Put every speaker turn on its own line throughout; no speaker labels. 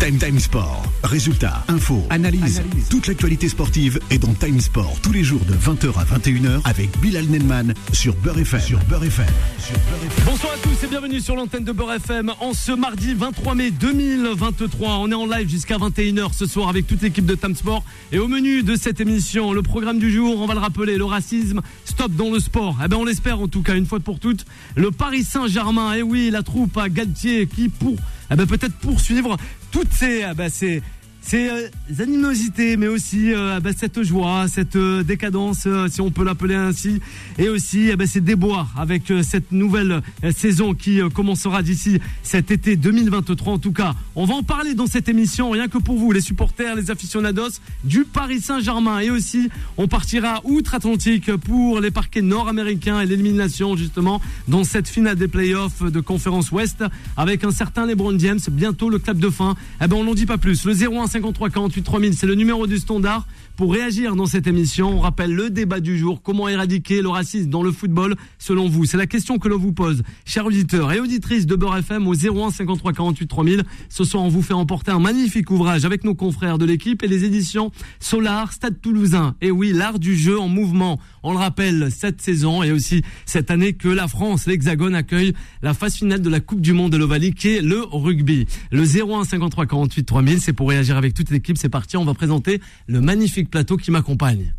Time Time Sport. Résultats, infos, analyse. Toute l'actualité sportive est dans Time Sport tous les jours de 20h à 21h avec Bilal Nenman sur Beurre FM. Sur Beurre FM. Sur Beurre FM.
Bonsoir à tous et bienvenue sur l'antenne de Beurre FM en ce mardi 23 mai 2023. On est en live jusqu'à 21h ce soir avec toute l'équipe de Time Sport. Et au menu de cette émission, le programme du jour, on va le rappeler, le racisme, stop dans le sport. Eh ben on l'espère en tout cas une fois pour toutes. Le Paris Saint-Germain, et oui, la troupe à Galtier qui pour eh ben, peut-être poursuivre toutes ces, eh ben, ces, ces, euh, animosités, mais aussi euh, eh ben, cette joie, cette euh, décadence, euh, si on peut l'appeler ainsi, et aussi eh ben, ces déboires avec euh, cette nouvelle euh, saison qui euh, commencera d'ici cet été 2023. En tout cas, on va en parler dans cette émission, rien que pour vous, les supporters, les aficionados du Paris Saint-Germain. Et aussi, on partira outre-Atlantique pour les parquets nord-américains et l'élimination justement dans cette finale des playoffs de conférence Ouest avec un certain LeBron James. Bientôt le clap de fin. Eh ben, on n'en dit pas plus. Le 01 53 48 3000, c'est le numéro du standard. Pour réagir dans cette émission, on rappelle le débat du jour. Comment éradiquer le racisme dans le football selon vous C'est la question que l'on vous pose, chers auditeurs et auditrices de Beurre FM au 01 53 48 3000. Ce soir, on vous fait emporter un magnifique ouvrage avec nos confrères de l'équipe et les éditions Solar Stade Toulousain. Et oui, l'art du jeu en mouvement. On le rappelle, cette saison et aussi cette année que la France, l'Hexagone, accueille la phase finale de la Coupe du Monde de l'Ovalie qui est le rugby. Le 01 53 48 3000, c'est pour réagir avec toute l'équipe. C'est parti, on va présenter le magnifique plateau qui m'accompagne.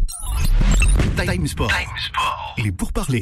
Time Sport. Les pourparlers.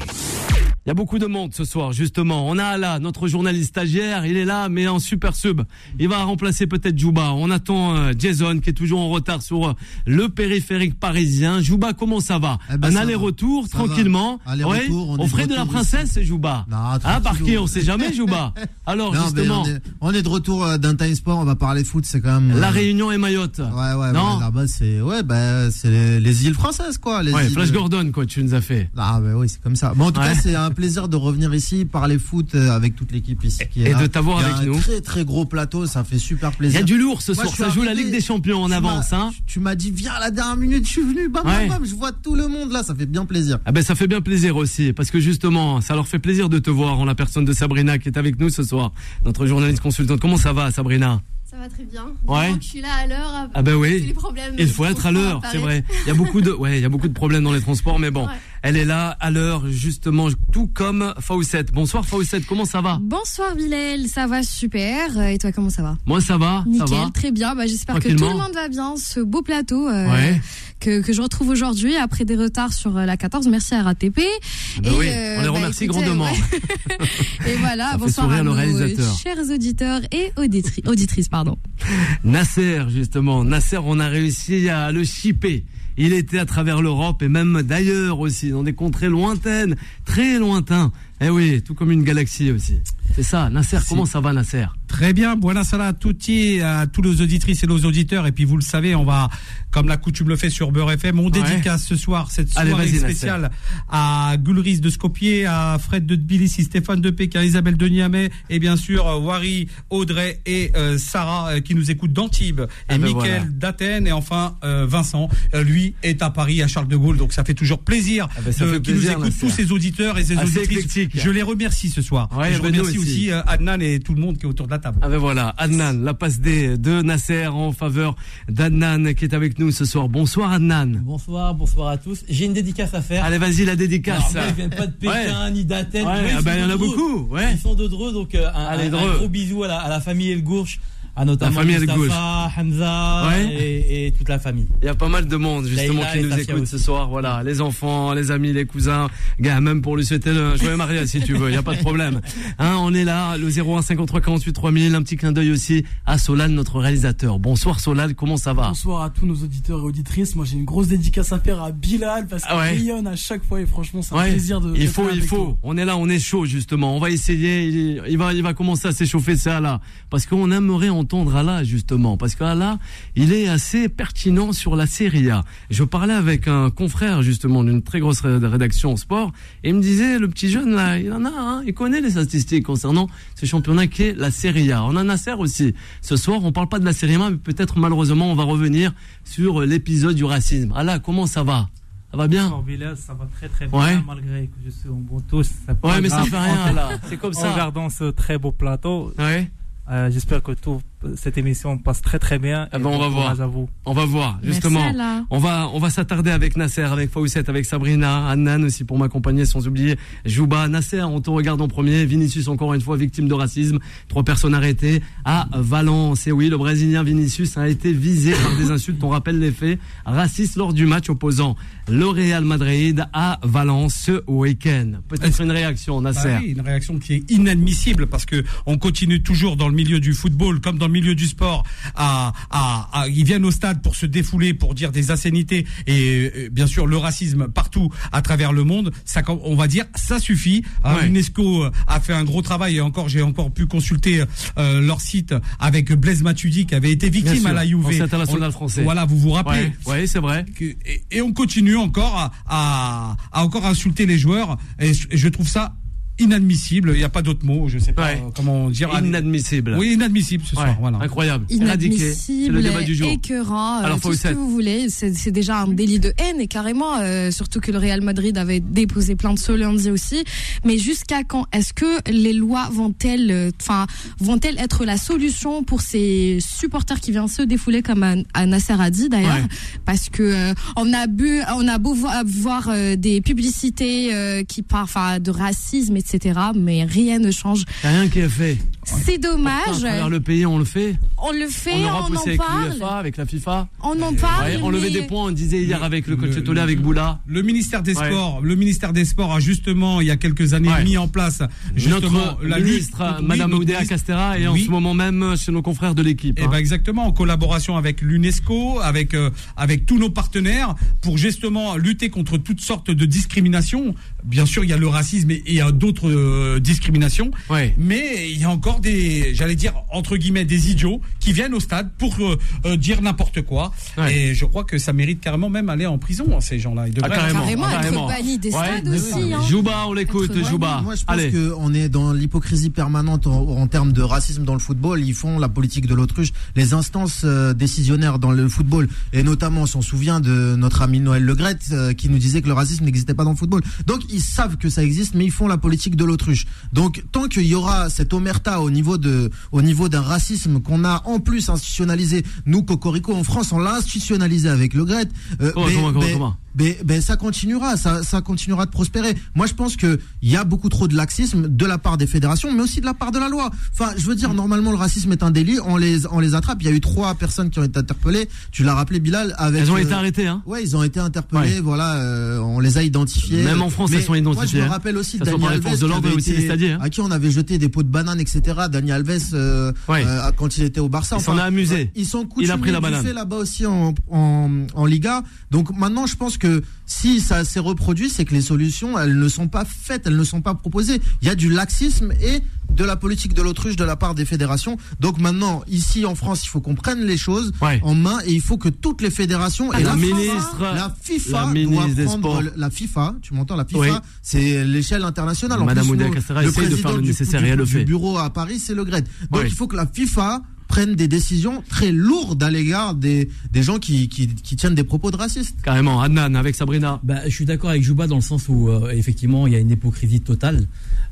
Il y a beaucoup de monde ce soir, justement. On a là notre journaliste stagiaire, il est là, mais en super sub. Il va remplacer peut-être Jouba. On attend euh, Jason, qui est toujours en retard sur euh, le périphérique parisien. Jouba, comment ça va
Eh ben,
Un
ça
aller-retour,
Ça va.
tranquillement.
Aller-retour, on
on
est
ferait
de
de la
retour
princesse, Jouba.
Non,
ah,
tranquille,
par qui
Jouba.
On sait jamais, Jouba. Alors,
Non, mais
justement,
on, est, on est de retour euh, d'un Time Sport, on va parler foot, c'est quand même. euh,
la Réunion et Mayotte.
Ouais, ouais,
Non.
ouais, là-bas, c'est ouais, bah, c'est les, les îles françaises, quoi. Les
Ouais,
îles-
Flash Gordon, quoi, tu nous as fait.
Ah, bah oui, c'est comme ça. Bon, en tout
Ouais.
cas, c'est un plaisir de revenir ici, parler foot euh, avec toute l'équipe ici. Qui est
et
là.
de t'avoir
Il y a
avec
un
nous.
Très, très gros plateau, ça fait super
Il y
plaisir.
a du lourd ce
Moi,
soir.
je suis
Ça joue la
arrivé,
Ligue des Champions en
Tu m'as-
avance, hein.
tu- Tu m'as dit, viens à la dernière minute, je suis venu, bam, bam,
Ouais.
bam, je vois tout le monde là, ça fait bien plaisir.
Ah ben ça fait bien plaisir aussi, parce que justement, ça leur fait plaisir de te voir en la personne de Sabrina qui est avec nous ce soir, notre journaliste consultante. Comment ça va Sabrina
Ça va très bien.
Ouais.
Vraiment que Je suis là à l'heure.
Ah ben
Tous les
oui,
problèmes.
il faut
dont
être à
on
l'heure,
parlait.
c'est vrai. Il y a beaucoup de, ouais, il y a beaucoup de problèmes dans les transports, mais bon,
Ouais.
elle est là à l'heure justement, tout comme Fawcett. Bonsoir Fawcett, comment ça va
Bonsoir Bilal, ça va super. Euh, Et toi, comment ça va
Moi ça va,
Nickel,
ça va.
très bien. Bah, J'espère que tout
Tranquillement.
le monde va bien. Ce beau plateau euh,
Ouais.
que, que je retrouve aujourd'hui après des retards sur euh, la 14. Merci à RATP.
Ben oui, on les
bah,
remercie
écoutez,
grandement.
ouais. et voilà,
fait
bonsoir
sourire
à
le
nos euh,
réalisateur.
chers auditeurs et auditri- auditrices. Pardon.
Nasser, justement. Nasser, on a réussi à le shipper. Il était à travers l'Europe et même d'ailleurs aussi, dans des contrées lointaines, très lointains. Eh oui, tout comme une galaxie aussi. C'est ça, Nasser, comment ça va, Nasser
Très bien, buonasera à tutti, à tous les auditrices et nos auditeurs. Et puis vous le savez, on va, comme la coutume le fait sur Beurre FM, on dédicace ce soir cette
Allez,
soirée
vas-y,
spéciale à Gulris de Skopje, à Fred de Tbilissi, Stéphane de Pékin, Isabelle de Niamey et bien sûr euh, Wari, Audrey et euh, Sarah euh, qui nous écoutent d'Antibes et
Ah ben
Mickaël
voilà.
d'Athènes et enfin euh, Vincent, euh, lui est à Paris, à Charles de Gaulle. Donc ça fait toujours plaisir
Ah ben, ça
de-
fait
qu'ils nous
plaisir,
écoutent
Nasser.
tous ces auditeurs et ces
Assez
auditrices.
éclectique.
Je les remercie ce soir.
Ouais,
Et je
ben, nous
remercie
aussi.
aussi euh, Adnan et tout le monde qui est autour de la table.
Ah ben voilà, Adnan, la passe D de Nasser en faveur d'Adnan qui est avec nous ce soir. Bonsoir Adnan.
Bonsoir, bonsoir à tous. J'ai une dédicace à faire.
Allez, vas-y, la
Alors,
dédicace.
moi, ils viennent pas de Pékin ni d'Athènes.
Ouais,
Ouais,
ah
ils
ben,
sont
il y en
de
a
Dreux.
beaucoup, ouais.
Ils sont de Dreux, donc euh, un,
Allez,
un- un
Dreux.
gros bisou à la, à la famille El Gourche, à notamment
La famille El
Mustapha, Hamza
Ouais.
et, et toute la famille.
Il y a pas mal de monde justement
Leïla
qui
et
nous
Safia
écoute
aussi.
ce soir. Voilà, les enfants, les amis, les cousins, gars, même pour lui souhaiter le joyeux mariage si tu veux, il y a pas de problème. Hein, on est là, le 01 53 48 3000, un petit clin d'œil aussi à Solal, notre réalisateur. Bonsoir Solal, comment ça va
Bonsoir à tous nos auditeurs et auditrices. Moi, j'ai une grosse dédicace à faire à Bilal parce qu'il
Ah ouais.
rayonne à chaque fois et franchement, c'est un
Ouais,
plaisir de.
il
d'être
faut,
là
il
avec
faut.
toi.
On est là, on est chaud justement. On va essayer. Il, il va, il va commencer à s'échauffer ça là, parce qu'on aimerait entendre Allah justement, parce qu'Allah, il est assez pertinent sur la Serie A. Je parlais avec un confrère justement d'une très grosse ré- rédaction sport, et il me disait le petit jeune là, il en a, hein, il connaît les statistiques concernant ce championnat qui est la Serie A. On en a Nasser aussi. Ce soir, on parle pas de la Serie A, mais peut-être malheureusement, on va revenir sur l'épisode du racisme. Allah, comment ça va Ça va bien
ça va très très
bien, Ouais.
malgré que je suis en bon tous.
Ouais, mais ça fait rien, là. C'est comme
regardant ce très beau plateau, euh,
Ouais.
j'espère que tout
cette émission passe très très bien.
Ah
Et
ben, on
bon
va voir.
courage à vous.
On va voir, justement.
Merci, Allah.
On va, on va s'attarder avec Nasser, avec Fawcett, avec Sabrina, Annan aussi pour m'accompagner, sans oublier Jouba, Nasser, on te regarde en premier, Vinicius encore une fois victime de racisme, trois personnes arrêtées à Valence. Et oui, le Brésilien Vinicius a été visé par des insultes, on rappelle les faits, racistes lors du match opposant le Real Madrid à Valence ce week-end. Peut-être une réaction,
Bah
Nasser.
oui, une réaction qui est inadmissible parce que on continue toujours dans le milieu du football comme dans le milieu du sport à, à, à- ils viennent au stade pour se défouler pour dire des insanités et euh, bien sûr le racisme partout à travers le monde ça com- on va dire ça suffit Hein,
Ouais.
l'UNESCO euh, a fait un gros travail et encore j'ai encore pu consulter euh, leur site avec Blaise Matuidi qui avait été
Bien
victime
sûr,
à la Juve
ancien international
On-
français.
voilà vous vous rappelez
Ouais, ouais, c'est vrai.
que- et, et on continue encore à, à, à encore insulter les joueurs. Et je, et je trouve ça inadmissible. Il n'y a pas d'autre mot. Je sais pas
Ouais.
euh, comment dire.
Inadmissible.
Oui, inadmissible ce
Ouais,
soir. Voilà.
Incroyable. Éradiqué. C'est
inadmissible,
le débat du jour.
écœurant, euh,
Alors,
tout ce
Fawcett.
que vous voulez. C'est c'est déjà un délit de haine, et carrément, euh, surtout que le Real Madrid avait déposé plainte ce lundi aussi. Mais jusqu'à quand Est-ce que les lois vont-elles euh, enfin, vont-elles être la solution pour ces supporters qui viennent se défouler, comme à, à Nasser a dit d'ailleurs
Ouais.
Parce que euh, on, a bu, on a beau vo- voir euh, des publicités euh, qui parlent enfin, de racisme, etc., mais rien ne change.
Y a rien qui est fait.
C'est
Pourtant,
dommage.
à travers le pays, on le fait.
On le
en
fait,
Europe
on
aussi
en
avec
parle.
l'UEFA, avec la FIFA.
On en parle.
Ouais, on levait des
mais-
points, on disait hier
Le-
avec le
le-
coach
le-
Tola, avec Boula.
Le ministère des
Ouais.
Sports, le ministère des Sports a justement il y a quelques années
Ouais.
mis en place justement
Notre
la
ministre,
lutte- oui,
Madame
notre
Oudéa
ministre-
Castera, est en
Oui.
ce moment même chez nos confrères de l'équipe.
Eh
hein.
ben exactement, en collaboration avec l'UNESCO, avec euh, avec tous nos partenaires, pour justement lutter contre toutes sortes de discriminations. Bien sûr, il y a le racisme et, et il y a d'autres euh, discriminations,
Ouais.
mais il y a encore des, j'allais dire entre guillemets, des idiots qui viennent au stade pour euh, euh, dire n'importe quoi.
Ouais. Ah,
Et je crois que ça mérite carrément même aller en prison hein, ces gens-là. Ils devraient-
carrément.
Carrément,
Carrément.
être banni des stades
Ouais.
aussi. hein.
Jouba, on l'écoute,
Être-
Jouba.
Moi, je pense
Allez.
qu'on est dans l'hypocrisie permanente en, en termes de racisme dans le football. Ils font la politique de l'autruche. Les instances euh, décisionnaires dans le football, et notamment, on s'en souvient de notre ami Noël Le Gret, euh, qui nous disait que le racisme n'existait pas dans le football. Donc, ils savent que ça existe, mais ils font la politique de l'autruche. Donc, tant qu'il y aura cette omerta au niveau de, au niveau d'un racisme qu'on a en plus institutionnalisé, nous, Cocorico, en France, on l'a institutionnalisé avec Le Gret. euh,
Comment,
mais-
comment, comment,
mais-
comment
ben, ben, ça continuera, ça, ça continuera de prospérer. Moi, je pense que il y a beaucoup trop de laxisme de la part des fédérations, mais aussi de la part de la loi. Enfin, je veux dire,
Mm.
normalement, le racisme est un délit. On les, on les attrape. Il y a eu trois personnes qui ont été interpellées. Tu l'as rappelé, Bilal, avec.
Elles ont
euh,
été arrêtées, hein.
Ouais, ils ont été interpellés.
Ouais.
Voilà, euh, on les a identifiés.
Même en France,
Mais
elles sont identifiées,
Moi,
hein.
je me rappelle aussi
Ça se voit par
Daniel
les
Alves,
forces de l'ordre,
qui avait
mais aussi les
été-
stadiers, hein.
à qui on avait jeté des pots de bananes, etc. Daniel Alves, euh,
Ouais.
euh, quand il était au Barça,
Il s'en a amusé.
Ils sont coutumés
Il a pris la
du
banane.
fait là-bas aussi en, en, en Liga. Donc maintenant, je pense que si ça s'est reproduit, c'est que les solutions, elles ne sont pas faites, elles ne sont pas proposées. Il y a du laxisme et de la politique de l'autruche de la part des fédérations. Donc maintenant, ici en France, il faut qu'on prenne les choses
Ouais. Ah,
en main et il faut que toutes les fédérations et
La
la, FIFA-
ministre-
la FIFA
la
doit
ministre des
prendre
Sports.
le- la FIFA, tu m'entends, la FIFA,
Oui.
c'est l'échelle internationale. En
Madame
plus,
Oudéa
nous,
Castera essaye de
président
faire le
du-
nécessaire
du-
et elle le
du
fait.
bureau à Paris, c'est le GRED. Donc
Ouais.
il faut que la FIFA prenne des décisions très lourdes à l'égard des, des gens qui, qui, qui tiennent des propos de racistes.
Carrément, Adnan avec Sabrina.
Bah, je suis d'accord avec Jouba dans le sens où euh, effectivement il y a une hypocrisie totale.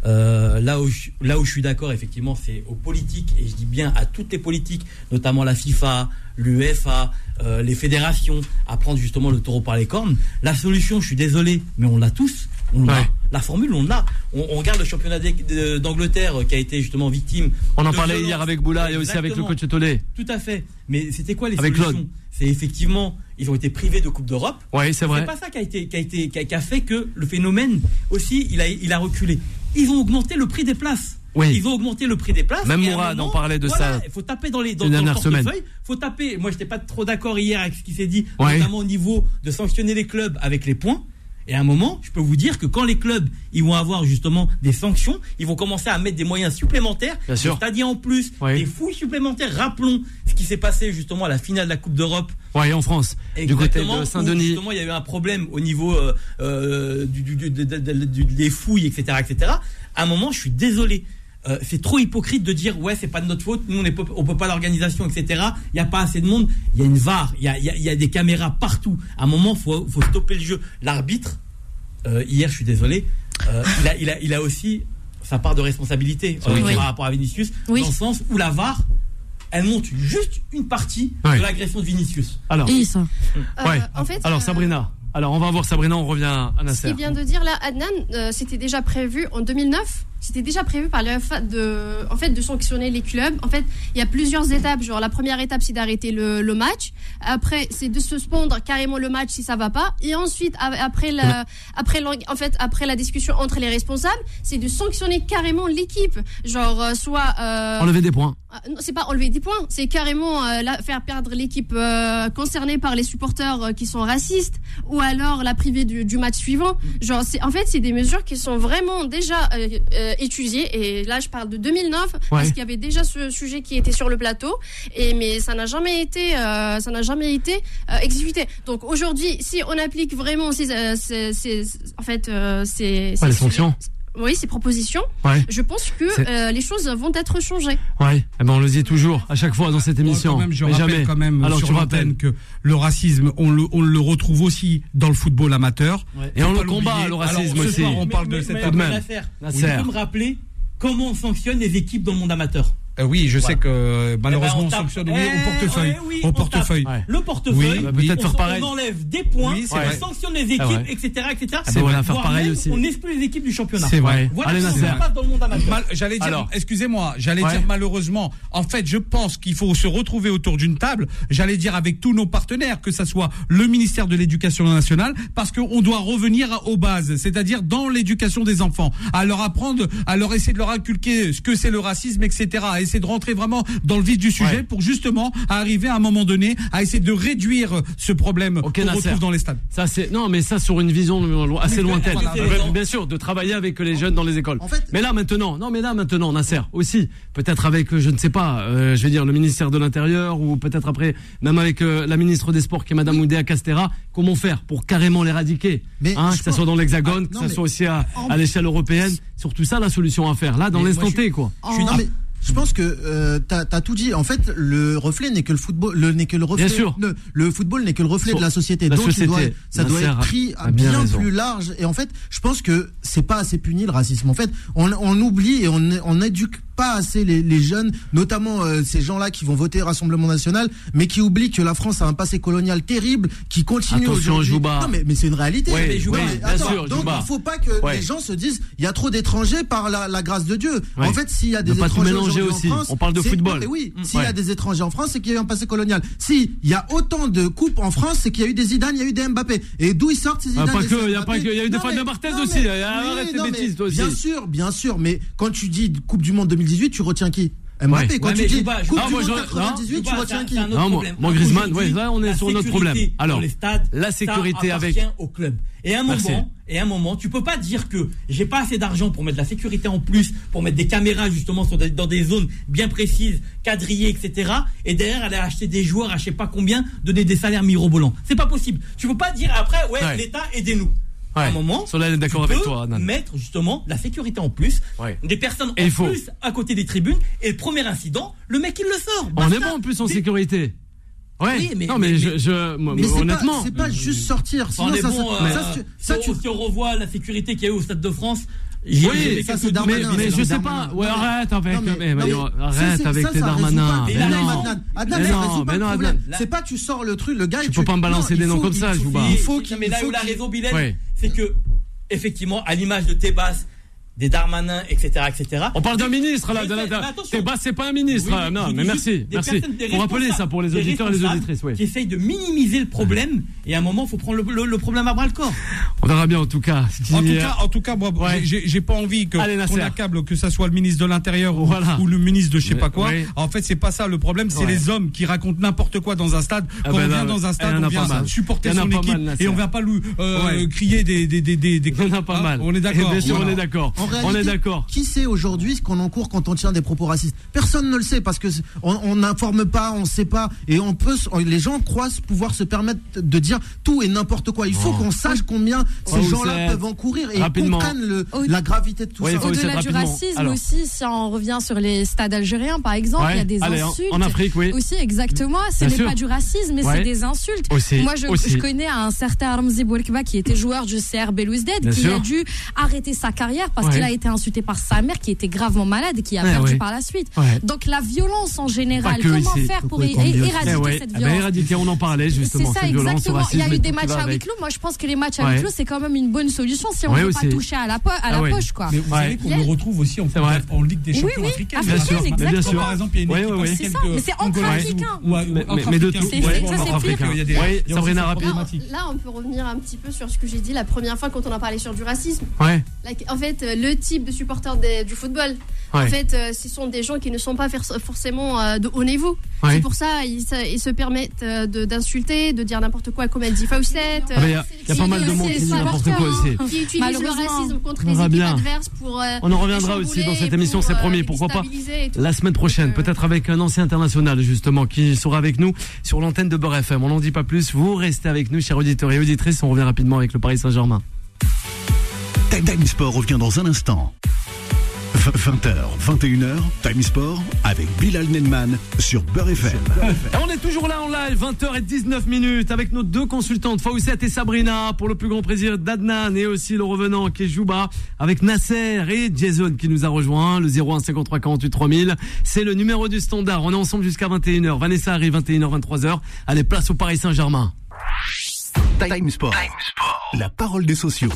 Euh, là où je, là où je suis d'accord effectivement c'est aux politiques et je dis bien à toutes les politiques, notamment la FIFA, l'UEFA, euh, les fédérations, à prendre justement le taureau par les cornes. La solution, je suis désolé, mais on l'a tous, on l'a.
Ouais.
La formule, on l'a. On, on regarde le championnat d'E- de- d'Angleterre euh, qui a été justement victime.
On en
de
parlait
violences.
hier avec Boula et aussi avec le
Exactement.
coach Tolé.
Tout à fait. Mais c'était quoi les
Avec Claude.
solutions C'est effectivement, ils ont été privés de Coupe d'Europe.
Oui, c'est vrai.
C'est pas ça qui a, été, qui, a été, qui, a, qui a fait que le phénomène aussi, il a, il a reculé. Ils ont augmenté le prix des places.
Oui.
Ils ont augmenté le prix des places.
Même
et à un
Mourad
moment,
en parlait de
voilà,
ça.
Il faut taper dans les dans,
Ces
dans le
dernières semaines.
portefeuille. faut taper. Moi, j'étais pas trop d'accord hier avec ce qui s'est dit,
Ouais.
notamment au niveau de sanctionner les clubs avec les points. Et à un moment, je peux vous dire que quand les clubs ils vont avoir justement des sanctions, ils vont commencer à mettre des moyens supplémentaires,
Bien
des
sûr.
stadiers en plus,
Ouais.
des fouilles supplémentaires. Rappelons ce qui s'est passé justement à la finale de la Coupe d'Europe
Ouais, en France. Du côté
Exactement,
de
où
Saint-Denis.
Justement, il y a eu un problème au niveau euh, euh, du, du- du- de- de- de- du- des fouilles, etc., etc. À un moment, je suis désolé. Euh, c'est trop hypocrite de dire ouais c'est pas de notre faute nous on est pas- on peut pas l'organisation etc il y a pas assez de monde il y a une var il y a, il y a- il y a des caméras partout à un moment faut faut stopper le jeu l'arbitre euh, hier je suis désolé euh, il, a, il a il a aussi sa part de responsabilité euh,
Oui.
par rapport à Vinicius
Oui.
dans le sens où la var elle montre juste une partie
Ouais.
de l'agression de Vinicius.
Alors,
Et ça.
Euh,
ouais.
en fait,
Alors
euh,
Sabrina. Alors on va voir Sabrina, on revient à
Ce
Nasser.
qu'il vient de dire là, Adnan, euh, c'était déjà prévu en 2009. C'était déjà prévu par l'UEFA de, en fait, de sanctionner les clubs. En fait, il y a plusieurs étapes. Genre, la première étape, c'est d'arrêter le, le match. Après, c'est de suspendre carrément le match si ça va pas. Et ensuite, a- après la, après l'en- en fait, après la discussion entre les responsables, c'est de sanctionner carrément l'équipe. Genre, euh, soit, euh,
Enlever des points.
ah, non, c'est pas enlever des points, c'est carrément euh, la- faire perdre l'équipe euh, concernée par les supporters euh, qui sont racistes ou alors la priver du, du match suivant. Genre, c'est, en fait, c'est des mesures qui sont vraiment déjà euh, euh, étudiées. Et là, je parle de 2009
Ouais.
parce qu'il y avait déjà ce sujet qui était sur le plateau. Et mais ça n'a jamais été, euh, ça n'a jamais été euh, exécuté. Donc aujourd'hui, si on applique vraiment ces, euh, ces- ces- en fait, euh, ces,
Ouais,
ces
les sanctions.
oui, ces propositions,
Ouais.
je pense que
C'est-
euh, les choses vont être changées.
Ouais. Eh ben on le dit toujours à chaque fois dans cette
Bon,
émission.
quand même, je
Mais
rappelle
jamais.
quand même
Alors
sur
tu rappelles.
l'antenne que le racisme, on le, on le retrouve aussi dans le football amateur.
Et
Faut
on
pas
le combat le
l'oublier. Alors,
racisme
ce
aussi.
soir, on parle de
Mais-
cette
mais-
tout de
mais
même.
l'affaire,
Nasser.
vous pouvez me rappeler comment on sanctionne les équipes dans le monde amateur
Euh, oui, je sais
Voilà.
que euh,
Eh
malheureusement,
ben,
on
tape-
sanctionne oui,
Eh,
au portefeuille.
ouais, oui,
au
on
portefeuille.
tape
Ouais.
Le portefeuille,
Oui, bah,
peut-être
on,
faire
s'en-
pareil.
on enlève des points,
Oui, c'est
on
vrai.
sanctionne les équipes,
Ah ouais.
etc. etc.
Ah, bah, voilà, faire
Voire
pareil
même,
aussi.
On exclut les équipes du championnat.
C'est vrai.
Voilà
Allez,
comment
Nasser.
ça se passe dans le monde amateur.
Mal- j'allais dire,
Alors.
excusez-moi, j'allais
Ouais.
dire malheureusement. En fait, je pense qu'il faut se retrouver autour d'une table. J'allais dire avec tous nos partenaires, que ça soit le ministère de l'Éducation nationale, parce qu'on doit revenir à- aux bases, c'est-à-dire dans l'éducation des enfants, à leur apprendre, à leur essayer de leur inculquer ce que c'est le racisme, etc. À essayer de rentrer vraiment dans le vif du sujet
Ouais.
pour justement arriver à un moment donné à essayer de réduire ce problème
Ok,
qu'on
Nasser.
retrouve dans les stades.
Ça c'est non mais ça sur une vision lo- assez lointaine.
voilà,
Bien-
voilà.
Bien sûr de travailler avec les jeunes dans les écoles.
en fait-
mais là maintenant, non mais là maintenant Nasser aussi peut-être avec euh, je ne sais pas, euh, je vais dire le ministère de l'Intérieur ou peut-être après même avec euh, la ministre des Sports qui est madame Oudéa Castera, comment faire pour carrément l'éradiquer
Mais
hein,
je
que ça
pense-
soit dans l'hexagone,
Ah, non,
que ça
mais-
soit aussi à,
En-
à l'échelle européenne, surtout ça la solution à faire là dans
Mais
l'instant
moi, je
T
suis-
quoi.
Je, non, mais je pense que euh, t'as as tout dit. En fait, le reflet n'est que le football, le n'est que le reflet.
Bien sûr.
ne- le football n'est que le reflet
Sur-
de la société.
la
Donc, il
société.
doit- ça doit
Nasser
être pris
a bien
bien,
raison.
plus large. Et en fait, je pense que c'est pas assez puni le racisme. En fait, on, on oublie et on on éduque pas assez les, les jeunes, notamment euh, ces gens-là qui vont voter Rassemblement National, mais qui oublient que la France a un passé colonial terrible, qui continue
Attention,
aujourd'hui.
Jouba.
Non, mais, mais c'est une réalité.
Ouais,
mais
Jouba,
mais
bien
attends,
sûr,
donc,
Jouba.
il faut pas que
Ouais.
les gens se disent il y a trop d'étrangers par la, la grâce de Dieu.
Ouais.
En fait, s'il y a
Ne
des
pas tout
étrangers
mélanger
aujourd'hui
aussi.
en France,
On parle de
c'est-
football.
non, mais oui,
Mm.
s'il y
Ouais.
a des étrangers en France, c'est qu'il y a eu un passé colonial. S'il y a autant de coupes en France, c'est qu'il y a eu des Zidane, il y a eu des Mbappé. Et d'où ils sortent ces
Ah,
Zidane
pas
et
que,
ces
il y a pas
Mbappé
que, il y a eu des
Non,
fans
mais-
de Barthez
non,
aussi.
mais-
Ah, arrête tes
non, mais
bêtises, toi aussi.
Bien sûr, bien sûr, mais quand tu dis Coupe du Monde 2018, tu retiens qui Mbappé.
Ouais.
Quand
Ouais,
tu
mais
dis
Jouba,
Coupe
Jouba,
du
moi,
Monde
j'aurais- non.
98, tu
Jouba,
retiens
c'est
qui
un- c'est un autre
Non, moi-
problème.
moi, Griezmann, ouais,
Aujourd'hui,
là, on est
la
sur notre
sécurité
problème.
dans
Alors,
les stades,
la
ça
sécurité
appartient
avec- Bah,
au club. Et à un
Merci.
moment, et à un moment, tu peux pas dire que j'ai pas assez d'argent pour mettre de la sécurité en plus, pour mettre des caméras justement sur des- dans des zones bien précises, quadrillées, etc. Et derrière aller acheter des joueurs à je sais pas combien, donner des salaires mirobolants. C'est pas possible. Tu peux pas dire après ouais,
Ouais.
l'État aidez-nous. À
Ouais.
un moment,
Sur là, elle est d'accord
tu
avec
peux
toi, Adnan.
mettre justement de la sécurité en plus,
Ouais.
des personnes
Et
en
il faut.
plus à côté des tribunes. Et le premier incident, le mec il le sort.
Bah,
On
Basta.
est bon en plus en
Des-
sécurité. Ouais.
Oui, mais-
non mais,
mais-
je, je moi,
Mais c'est pas-
honnêtement. euh,
c'est pas juste sortir.
On
Sinon,
est
ça,
bon.
ça-
euh,
ça, tu- ça,
si
tu
on- si on revoit la sécurité qu'il y a eu au Stade de France, j'ai-
Oui,
j'ai
ça,
quelques
c'est
doutes.
mais,
Darmanin,
mais
c'est
je sais
Darmanin.
pas. Ouais,
Non, mais-
arrête avec.
Non, mais-
mais-
non,
mais-
mais ça,
arrête
c'est-
avec
ça,
tes
ça résout
Darmanin.
pas.
Mais
là,
Adnan,
non.
Adnan, Adnan,
Mais
ça
non,
résout pas
mais
le
non,
problème.
Adnan.
C'est pas tu sors le truc, le gars.
Tu peux pas me balancer des noms comme ça,
je
Jouba.
Il faut qu'il.
mais là
il faut
où la
qu'il-
réseau Bilal,
Ouais.
c'est que effectivement, à l'image de Tebas, des Darmanin, etc., etc.
On parle d'un ministre là.
Mais
de la-
c'est- mais attention.
T'es bas, c'est pas un ministre.
Oui,
là. Non,
je
mais
dis
merci,
juste des
merci.
personnes, des
Pour rappeler ça
responsables,
pour les
des
auditeurs et les
responsables
auditrices,
Qui
oui.
essayent de minimiser le problème. Et à un moment, faut prendre le, le- le problème à bras le corps.
On verra bien en tout cas. ce qui-
En tout cas, en tout cas, moi,
Ouais.
j'ai j'ai pas envie que
Allez, Nasser.
qu'on accable que ça soit le ministre de l'intérieur ou-
Voilà.
ou, le ministre de je sais
Mais-
pas quoi.
oui.
En fait, c'est pas ça le problème, c'est
Ouais.
les hommes qui racontent n'importe quoi dans un stade.
Ah
Quand
ben
on
là,
vient dans
ouais.
un
Il y en
stade,
a
on
pas mal.
vient supporter
Il y en a
son
pas
équipe
mal, Nasser.
et on vient pas lui euh,
Ouais.
crier des des des des. des-
on a pas
Hein,
mal.
On est
Et
d'accord.
Bien sûr, on
Voilà.
est d'accord.
En
On
réalité,
est d'accord.
Qui sait aujourd'hui ce qu'on encourt quand on tient des propos racistes Personne ne le sait parce que c'est- on on n'informe pas, on sait pas, et on peut. se- Les gens croient se- pouvoir se permettre de dire tout et n'importe quoi. Il faut qu'on sache combien
Oh,
ces gens-là
Oussef.
peuvent encourir et ils
Rapidement.
comprennent le-
Oh.
la gravité de tout
Oui,
ça.
faut-
Au-delà
Youssef,
du
rapidement.
racisme
Alors.
aussi, si on revient sur les stades algériens, par exemple, il y a
Ouais.
des
Allez, en-
insultes.
En Afrique, oui.
Aussi, exactement. Ce
Bien
n'est
sûr.
pas du racisme, mais
Ouais.
c'est des insultes.
Aussi,
Moi, je,
aussi.
je connais un certain Ramzi Bourkba qui était joueur du CR Belouizdad
Bien
qui
sûr.
a dû arrêter sa carrière parce qu'il
Ouais.
a été insulté par sa mère qui était gravement malade et qui a
Ouais,
perdu
ouais.
par la suite.
Ouais.
Donc la violence en
Pas
général,
que
comment
ici.
faire pour
Complètement
é- é-
violence.
éradiquer
Eh ouais.
cette
Ah bah,
violence
éradiquer, on en parlait
c'est
justement,
ça
cette violence au
exactement. Il y
racisme
a eu
et
des
tout qui
matchs
va
à huis
avec.
clos. Moi, je pense que les matchs à
Ouais.
huis clos, c'est quand même une bonne solution si on
Ouais,
ne veut
aussi.
pas toucher à la, po- à la
Ah ouais.
poche, quoi.
Mais vous
Ouais.
savez qu'on
Bien.
le retrouve aussi en,
C'est vrai.
en Ligue des
Oui,
Champions
oui, Ah,
africaine.
Bien
sûr,
africaine,
bien sûr.
Par exemple, il y a une
Ouais,
équipe
ouais, ouais.
C'est ça, mais c'est anti-africain.
Ou, à- ou
Mais-
entre
mais- mais de
Africains,
tout-
c'est- c'est-
ouais,
c'est-
ça,
c'est
c'est
Afrique,
pire.
il y a des-
Ouais,
il y a aussi
Sabrina
cette
Rappé.
Là,
problématique.
on- là, on peut revenir un petit peu sur ce que j'ai dit la première fois quand on a parlé sur du racisme.
Ouais,
La- en fait, euh, le type de supporter des- du football. En
ouais,
fait, euh, ce sont des gens qui ne sont pas fer- forcément euh, de haut niveau.
ouais.
C'est pour ça ils, se- ils se permettent euh, de- d'insulter, de, dire n'importe quoi, comme elle dit
Ah
Faustet.
bah, Il y, a- il y a pas
Et
mal de
aussi
monde
les
qui dit n'importe
supporters,
quoi aussi.
hein, Qui utilisent le
Malheureusement.
racisme contre
On
les
verra
équipes
bien.
adverses pour. euh,
On en reviendra
les
aussi dans
chambouler,
cette émission,
pour,
c'est
euh,
promis,
les
pourquoi pas.
déstabiliser et tout.
La semaine prochaine,
Donc, euh,
peut-être avec un ancien international justement qui sera avec nous sur l'antenne de Beurre FM. On n'en dit pas plus. Vous restez avec nous, chers auditeurs et auditrices. On revient rapidement avec le Paris Saint-Germain.
Time Sport revient dans un instant. 20h, 21h, Time Sport avec Bilal Nenman sur Beurre FM.
Et on est toujours là en live, 20h19 minutes, avec nos deux consultantes, Faoussette et Sabrina, pour le plus grand plaisir d'Adnan et aussi le revenant qui est Jouba, avec Nasser et Jason qui nous a rejoint, le 01 53 48 3000. C'est le numéro du standard. On est ensemble jusqu'à 21h. Vanessa arrive 21h, 23h. Allez, place au Paris Saint-Germain.
Time Sport. La parole des sociaux.